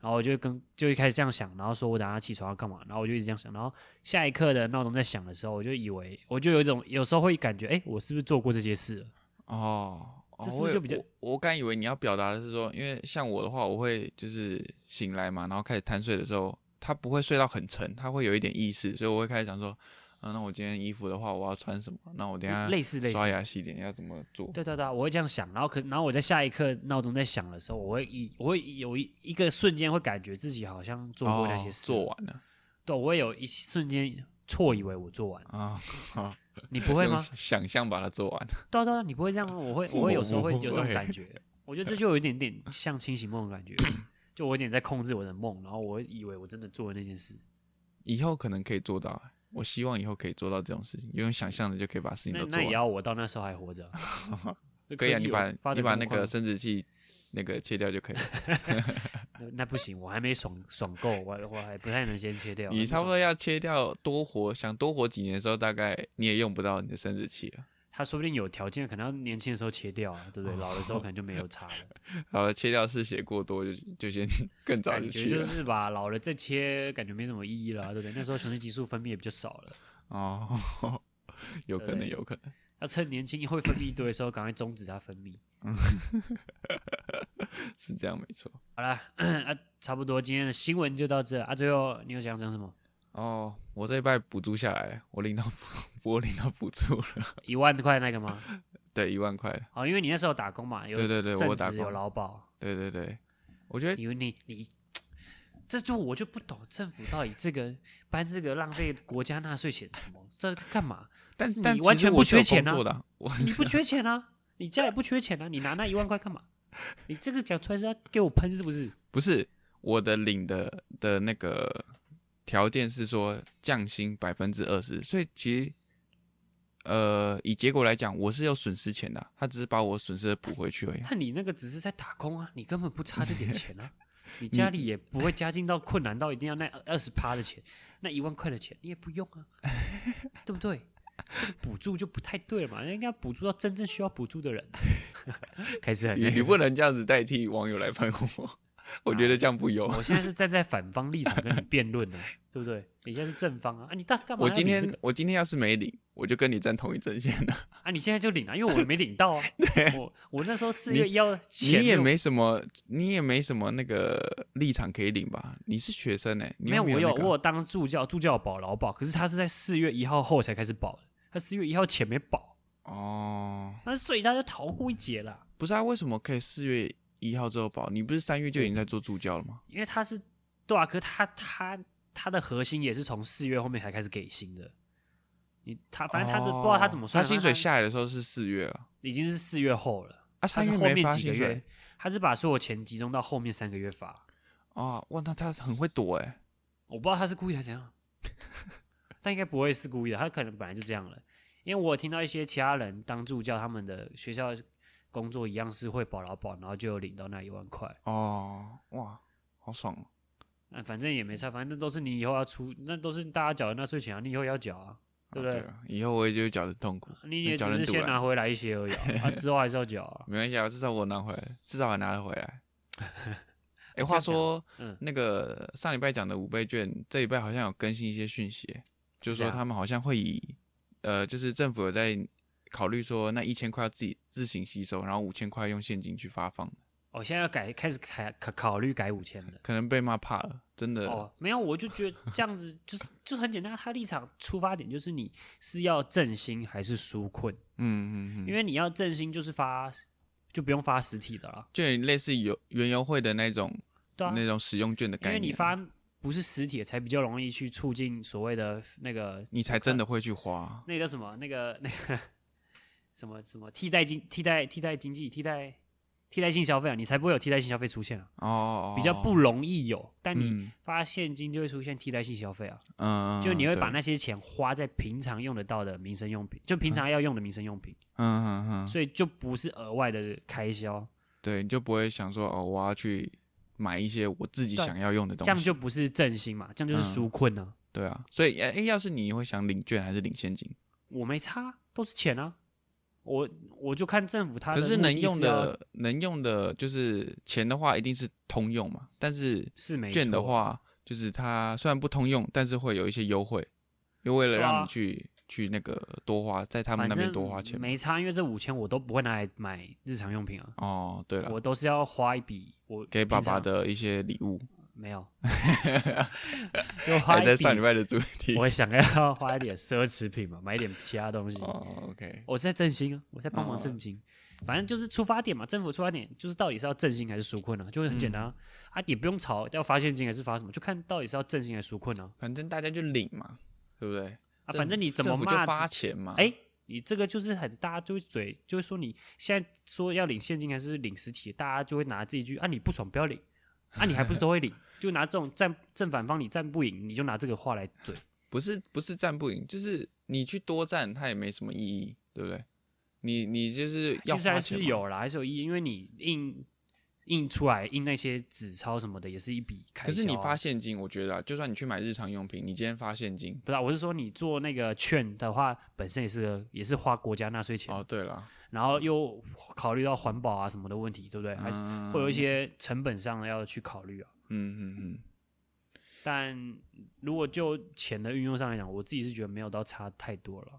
Speaker 1: 然后我就跟就会开始这样想，然后说我等下起床要干嘛，然后我就一直这样想，然后下一刻的闹钟在响的时候，我就以为我就有一种有时候会感觉，哎，我是不是做过这些事了？
Speaker 2: 哦，
Speaker 1: 这
Speaker 2: 哦
Speaker 1: 是不
Speaker 2: 我
Speaker 1: 是
Speaker 2: 也
Speaker 1: 就比较
Speaker 2: 我我刚以为你要表达的是说，因为像我的话，我会就是醒来嘛，然后开始贪睡的时候，他不会睡到很沉，他会有一点意识，所以我会开始想说，嗯、那我今天衣服的话，我要穿什么？那我等一下
Speaker 1: 类似类似
Speaker 2: 刷，牙洗脸要怎么做？
Speaker 1: 对对对啊，我会这样想，然后可然后我在下一刻闹钟在响的时候，我会以我会有一一个瞬间会感觉自己好像做过那
Speaker 2: 哦
Speaker 1: 些事，
Speaker 2: 做完了
Speaker 1: 对，我会有一瞬间错以为我做完了，
Speaker 2: 啊，好
Speaker 1: 你不会
Speaker 2: 用
Speaker 1: 吗？
Speaker 2: 想象把它做完。
Speaker 1: 对啊对啊，你不会这样吗？我 会，我会有时候会有这
Speaker 2: 我
Speaker 1: 种
Speaker 2: 不会
Speaker 1: 感 觉。我觉得这就有一点点像清醒梦的感觉，就我有点在控制我的梦，然后我会以为我真的做了那件事。
Speaker 2: 以后可能可以做到，我希望以后可以做到这种事情，用想象的就可以把事情
Speaker 1: 那
Speaker 2: 都做
Speaker 1: 那也
Speaker 2: 完。
Speaker 1: 要我到那时候还活着啊。 这
Speaker 2: 可以啊，
Speaker 1: 科技
Speaker 2: 你
Speaker 1: 有
Speaker 2: 把
Speaker 1: 发
Speaker 2: 你
Speaker 1: 展
Speaker 2: 把
Speaker 1: 这么
Speaker 2: 那个
Speaker 1: 快
Speaker 2: 生殖器那个切掉就可以了。
Speaker 1: 那那不行，我还没爽爽够，我我还不太能先切掉。
Speaker 2: 你差不多
Speaker 1: 要，
Speaker 2: 要切掉多活，想多活几年的时候，大概你也用不到你的生殖器了。
Speaker 1: 他说不定有条件，可能要年轻的时候切掉啊，对不对？老的时候可能就没有差了。
Speaker 2: 好了，切掉失血过多就就先 更 早
Speaker 1: 感
Speaker 2: 就
Speaker 1: 觉
Speaker 2: 去
Speaker 1: 就
Speaker 2: 了。
Speaker 1: 是吧，老了再切感觉没什么意义了啊，对不对？那时候雄性激素分泌也比较少了，
Speaker 2: 哦，有可能，
Speaker 1: 对
Speaker 2: 有可能。
Speaker 1: 要趁年轻会分泌一堆的时候赶快终止它分泌。
Speaker 2: 是这样没错。
Speaker 1: 好啦， 啊，差不多今天的新闻就到这啊。最后你有想讲什么？
Speaker 2: 哦，我这一拜补助下来，我领到我领到补 助了，
Speaker 1: 一万块那个吗？
Speaker 2: 对，一万块了。
Speaker 1: 哦，因为你那时候打工嘛，有
Speaker 2: 对对对
Speaker 1: 正职
Speaker 2: 我打工
Speaker 1: 有劳保，
Speaker 2: 对对对，我觉得
Speaker 1: 因为你你。这就我就不懂，政府到底这个搬这个浪费国家纳税钱什么？这这干嘛？
Speaker 2: 但
Speaker 1: 是
Speaker 2: 但
Speaker 1: 你
Speaker 2: 其
Speaker 1: 完
Speaker 2: 实
Speaker 1: 全
Speaker 2: 我
Speaker 1: 不
Speaker 2: 是有
Speaker 1: 缺钱
Speaker 2: 工
Speaker 1: 啊
Speaker 2: 作的啊，我
Speaker 1: 你不缺钱啊，你家也不缺钱啊，你拿那一万块干嘛？你这个讲出来是要给我喷是不是？
Speaker 2: 不是我的领的的那个条件是说降薪百分之二十，所以其实呃以结果来讲，我是有损失钱的啊，他只是把我损失的补回去而已。
Speaker 1: 那你那个只是在打工啊，你根本不差这点钱 啊，你家里也不会家境到困难到一定要那二十趴的钱，那一万块的钱你也不用啊，对不对？这个补助就不太对了嘛，应该补助到真正需要补助的 人。开始很
Speaker 2: 你
Speaker 1: 累
Speaker 2: 你不能这样子代替网友来喷我，我觉得这样不优。
Speaker 1: 我现在是站在反方立场跟你辩论的，对不对？你现在是正方啊，啊你大干嘛
Speaker 2: 我
Speaker 1: 要
Speaker 2: 今
Speaker 1: 领
Speaker 2: 天
Speaker 1: 这个？
Speaker 2: 我今天要是没领，我就跟你站同一阵线的。
Speaker 1: 啊，你现在就领啊，因为我没领到 啊，我我那时候四月一号
Speaker 2: 你
Speaker 1: 前
Speaker 2: 也
Speaker 1: 就
Speaker 2: 没什么，你也没什么那个立场可以领吧？你是学生哎、你
Speaker 1: 没有，
Speaker 2: 又
Speaker 1: 我
Speaker 2: 没
Speaker 1: 有
Speaker 2: 那个
Speaker 1: 我有当助教，助教保劳保，可是他是在四月一号后才开始保的，他四月一号前没保，
Speaker 2: 哦，
Speaker 1: 那所以他就逃过一劫啦。
Speaker 2: 不是啊？为什么可以四月一号之后保？你不是三月就已经在做助教了吗？
Speaker 1: 因为他是对啊，可是他他他的核心也是从四月后面才开始给薪的。你他反正他的、不知道他怎么算，啊
Speaker 2: 哦他薪水
Speaker 1: 反正
Speaker 2: 下来的时候是四月了，
Speaker 1: 他已经是四月后了，
Speaker 2: 啊，
Speaker 1: 他
Speaker 2: 三
Speaker 1: 是
Speaker 2: 月
Speaker 1: 后
Speaker 2: 没
Speaker 1: 面
Speaker 2: 发
Speaker 1: 几个
Speaker 2: 薪
Speaker 1: 月
Speaker 2: 水，
Speaker 1: 他是把所有钱集中到后面三个月发。
Speaker 2: 啊，哇，那他很会躲哎、
Speaker 1: 我不知道他是故意还是怎样， 但应该不会是故意的，他可能本来就这样了。因为我有听到一些其他人当助教，他们的学校工作一样是会保劳保，然后就有领到那一万块。
Speaker 2: 哦，哇，好爽哦，
Speaker 1: 嗯，反正也没差，反正那都是你以后要出，那都是大家缴的纳税钱啊，你以后要缴啊，对不
Speaker 2: 啊
Speaker 1: 对？
Speaker 2: 啊以后我也就觉得痛苦，
Speaker 1: 你也只
Speaker 2: 缴人
Speaker 1: 是
Speaker 2: 堵
Speaker 1: 先
Speaker 2: 了
Speaker 1: 拿回来一些而已啊， 啊之后还是要缴啊。
Speaker 2: 没关系啊，至少我拿回来，至少还拿得回 来。哎、
Speaker 1: 样
Speaker 2: 话说，
Speaker 1: 嗯
Speaker 2: 那个上礼拜讲的五倍券，这礼拜好像有更新一些讯息欸、就是
Speaker 1: 是
Speaker 2: 说
Speaker 1: 啊
Speaker 2: 他们好像会以，呃，就是政府有在考虑说那一千块要自己自行吸收，然后五千块用现金去发放，
Speaker 1: 我、哦现在要改，开始改考考虑改五千 的。
Speaker 2: 可能被骂怕了，真的。
Speaker 1: 哦，没有，我就觉得这样子就是就很简单，他立场出发点就是你是要振兴还是纾困，
Speaker 2: 嗯嗯嗯，
Speaker 1: 因为你要振兴就是发就不用发实体的啦，
Speaker 2: 就有点类似有原油会的那种、
Speaker 1: 对啊，
Speaker 2: 那种使用券的概
Speaker 1: 因为
Speaker 2: 念，啊
Speaker 1: 你发不是实体的才比较容易去促进所谓的那个
Speaker 2: 你才真的会去花。
Speaker 1: 那个叫什么那个那个什么什么替代经替代替代经济替代替代性消费啊，你才不会有替代性消费出现啊，
Speaker 2: 哦哦，哦
Speaker 1: 比较不容易有，但你
Speaker 2: 嗯
Speaker 1: 发现金就会出现替代性消费啊。
Speaker 2: 嗯，嗯
Speaker 1: 就你会把
Speaker 2: 对
Speaker 1: 那些钱花在平常用得到的民生用品，就平常要用的民生用品，
Speaker 2: 嗯嗯嗯，
Speaker 1: 所以就不是额外的开销，
Speaker 2: 对，你就不会想说哦，我要去买一些我自己
Speaker 1: 对
Speaker 2: 想要用的东
Speaker 1: 这
Speaker 2: 西。嗯
Speaker 1: 样就不是振兴嘛，这样就是纾困啊。
Speaker 2: 对啊，所以哎、诶要是你会想领券还是领现金？
Speaker 1: 我没差，都是钱啊。我我就看政府它
Speaker 2: 可
Speaker 1: 的
Speaker 2: 是
Speaker 1: 目的
Speaker 2: 能用
Speaker 1: 是要
Speaker 2: 的能用的，就是钱的话一定是通用嘛，但是
Speaker 1: 是没
Speaker 2: 券的
Speaker 1: 错，
Speaker 2: 话，就是它虽然不通用，但是会有一些优惠，又为了让
Speaker 1: 对
Speaker 2: 你
Speaker 1: 啊
Speaker 2: 去、去那个多花，在他们
Speaker 1: 反
Speaker 2: 那边
Speaker 1: 正
Speaker 2: 多花钱嘛。
Speaker 1: 没差，因为这五千我都不会拿来买日常用品啊，
Speaker 2: 哦，对了
Speaker 1: 我，都是要花一笔我
Speaker 2: 给爸
Speaker 1: 平常
Speaker 2: 爸的一些礼物，
Speaker 1: 没 有，就花
Speaker 2: 还
Speaker 1: 一
Speaker 2: 在上礼
Speaker 1: 笔，
Speaker 2: 拜的主题。
Speaker 1: 我想要花一点奢侈品嘛，买一点其他东西。
Speaker 2: 哦，OK，
Speaker 1: 我是在振兴啊，我在帮忙
Speaker 2: 哦
Speaker 1: 振兴，反正就是出发点嘛，政府出发点就是到底是要振兴还是纾困啊，就是很简单
Speaker 2: 嗯
Speaker 1: 啊，啊也不用吵要发现金还是发什么，就看到底是要振兴还是纾困啊，
Speaker 2: 反正大家就领嘛，对不对？
Speaker 1: 啊
Speaker 2: 政
Speaker 1: 反正你怎么
Speaker 2: 政府就
Speaker 1: 骂，
Speaker 2: 发钱嘛？
Speaker 1: 哎、你这个就是很大家就会嘴，就是说你现在说要领现金还是领实体，大家就会拿这一句啊你不爽不要领，啊你还不是都会领，就拿这种站正反方你站不赢，你就拿这个话来嘴，
Speaker 2: 不是不是站不赢，就是你去多站，它也没什么意义，对不对？你你就是要
Speaker 1: 其实还
Speaker 2: 花钱
Speaker 1: 是
Speaker 2: 嘛
Speaker 1: 有啦，还是有意义，因为你印印出来印那些纸钞什么的也是一笔开销啊、
Speaker 2: 可是你发现金，我觉得、啊、就算你去买日常用品，你今天发现金，
Speaker 1: 不是、啊，我是说你做那个券的话，本身也是个也是花国家纳税钱，
Speaker 2: 哦，对了，
Speaker 1: 然后又考虑到环保啊什么的问题，对不对？还是
Speaker 2: 嗯
Speaker 1: 会有一，些成本上的要去考虑啊。
Speaker 2: 嗯嗯嗯，
Speaker 1: 但如果就钱的运用上来讲，我自己是觉得没有到差太多了，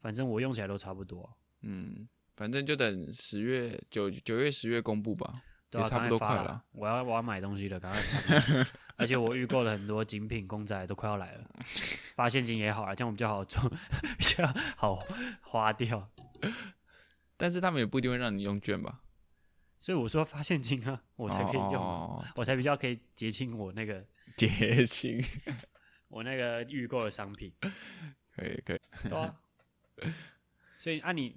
Speaker 1: 反正我用起来都差不多啊、
Speaker 2: 嗯，反正就等十月九九月十月公布吧，
Speaker 1: 对啊，
Speaker 2: 也差
Speaker 1: 赶
Speaker 2: 不
Speaker 1: 快
Speaker 2: 多
Speaker 1: 发
Speaker 2: 快
Speaker 1: 啦
Speaker 2: 了。
Speaker 1: 我要我要买东西了，赶快发。 而且我预购了很多精品公仔，都快要来了。发现金也好啊，这样我们比较好做， 比较好花掉。
Speaker 2: 但是他们也不一定会让你用券吧？
Speaker 1: 所以我说发现金啊，我
Speaker 2: 我
Speaker 1: 才可以用啊，
Speaker 2: 哦、
Speaker 1: 我才比较可以结清我那个
Speaker 2: 结清，
Speaker 1: 我那个预购的商品，
Speaker 2: 可以可以，
Speaker 1: 对啊。所以按你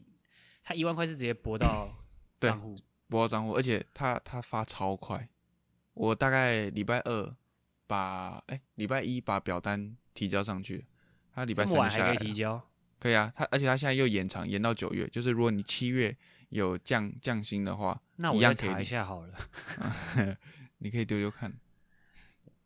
Speaker 1: 他一万块是直接拨到
Speaker 2: 对
Speaker 1: 账户，
Speaker 2: 不到账户，而且他他发超快，我大概礼拜二把哎礼、拜一把表单提交上去，他礼拜
Speaker 1: 这么
Speaker 2: 三就
Speaker 1: 晚还可
Speaker 2: 下来
Speaker 1: 以
Speaker 2: 了
Speaker 1: 提交，
Speaker 2: 可以啊，他而且他现在又延长，延到九月，就是如果你七月有降降薪的话，
Speaker 1: 那
Speaker 2: 一
Speaker 1: 我
Speaker 2: 样
Speaker 1: 再
Speaker 2: 可以
Speaker 1: 查
Speaker 2: 领
Speaker 1: 一下好了。
Speaker 2: 你可以丢丢看。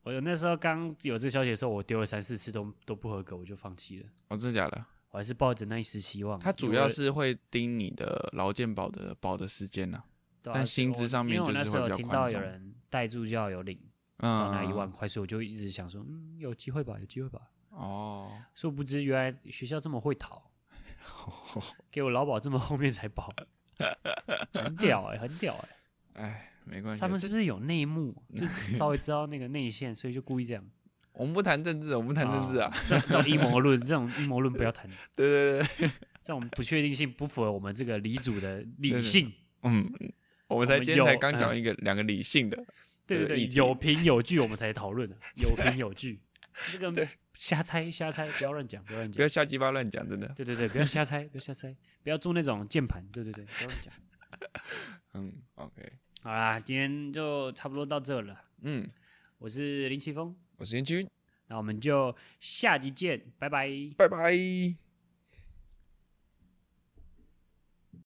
Speaker 1: 我那时候刚有这消息的时候，我丢了三四次都都不合格，我就放弃了。
Speaker 2: 哦，真的假的？
Speaker 1: 我还是抱着那一丝希望。
Speaker 2: 他
Speaker 1: 因
Speaker 2: 主
Speaker 1: 为
Speaker 2: 要
Speaker 1: 我
Speaker 2: 是会盯你的劳健保的保的时间呐、
Speaker 1: 对啊
Speaker 2: 但薪资
Speaker 1: 我
Speaker 2: 上面
Speaker 1: 因为我
Speaker 2: 就是
Speaker 1: 那时候
Speaker 2: 会比
Speaker 1: 有
Speaker 2: 较
Speaker 1: 听
Speaker 2: 宽
Speaker 1: 到有
Speaker 2: 松
Speaker 1: 人代助教有领到
Speaker 2: 嗯，
Speaker 1: 哦那一万块，所以我就一直想说，嗯，有机会吧，有机会吧。
Speaker 2: 哦，
Speaker 1: 殊不知原来学校这么会逃，给我劳保这么后面才保，很屌哎、很屌哎、
Speaker 2: 哎，没关系。
Speaker 1: 他们
Speaker 2: 这
Speaker 1: 是不是有内幕？ 就稍微知道那个内线，所以就故意这样。
Speaker 2: 我们不谈政治，我们不谈政治啊。
Speaker 1: 这这种阴谋论，这种阴谋论不要谈，
Speaker 2: 对对对，
Speaker 1: 这种不确定性不符合我们这个理主的
Speaker 2: 对
Speaker 1: 理性。
Speaker 2: 嗯，我们才
Speaker 1: 我们
Speaker 2: 今天才
Speaker 1: 有
Speaker 2: 刚讲
Speaker 1: 嗯
Speaker 2: 一个两个理性的，
Speaker 1: 对对
Speaker 2: 对
Speaker 1: 对
Speaker 2: 议，题
Speaker 1: 有凭有据我们才讨论的，有凭有据。这个
Speaker 2: 对
Speaker 1: 瞎猜瞎猜，不要乱讲，不要乱
Speaker 2: 不
Speaker 1: 讲
Speaker 2: 要。瞎鸡巴乱讲，真的。
Speaker 1: 对对对，不要瞎猜，不要瞎猜，不要做那种键盘。对对对，不要乱讲。
Speaker 2: 嗯，OK，
Speaker 1: 好啦，今天就差不多到这了。
Speaker 2: 嗯，
Speaker 1: 我是林奇峰，
Speaker 2: 我是严君，
Speaker 1: 那我们就下集见，拜拜。
Speaker 2: 拜拜。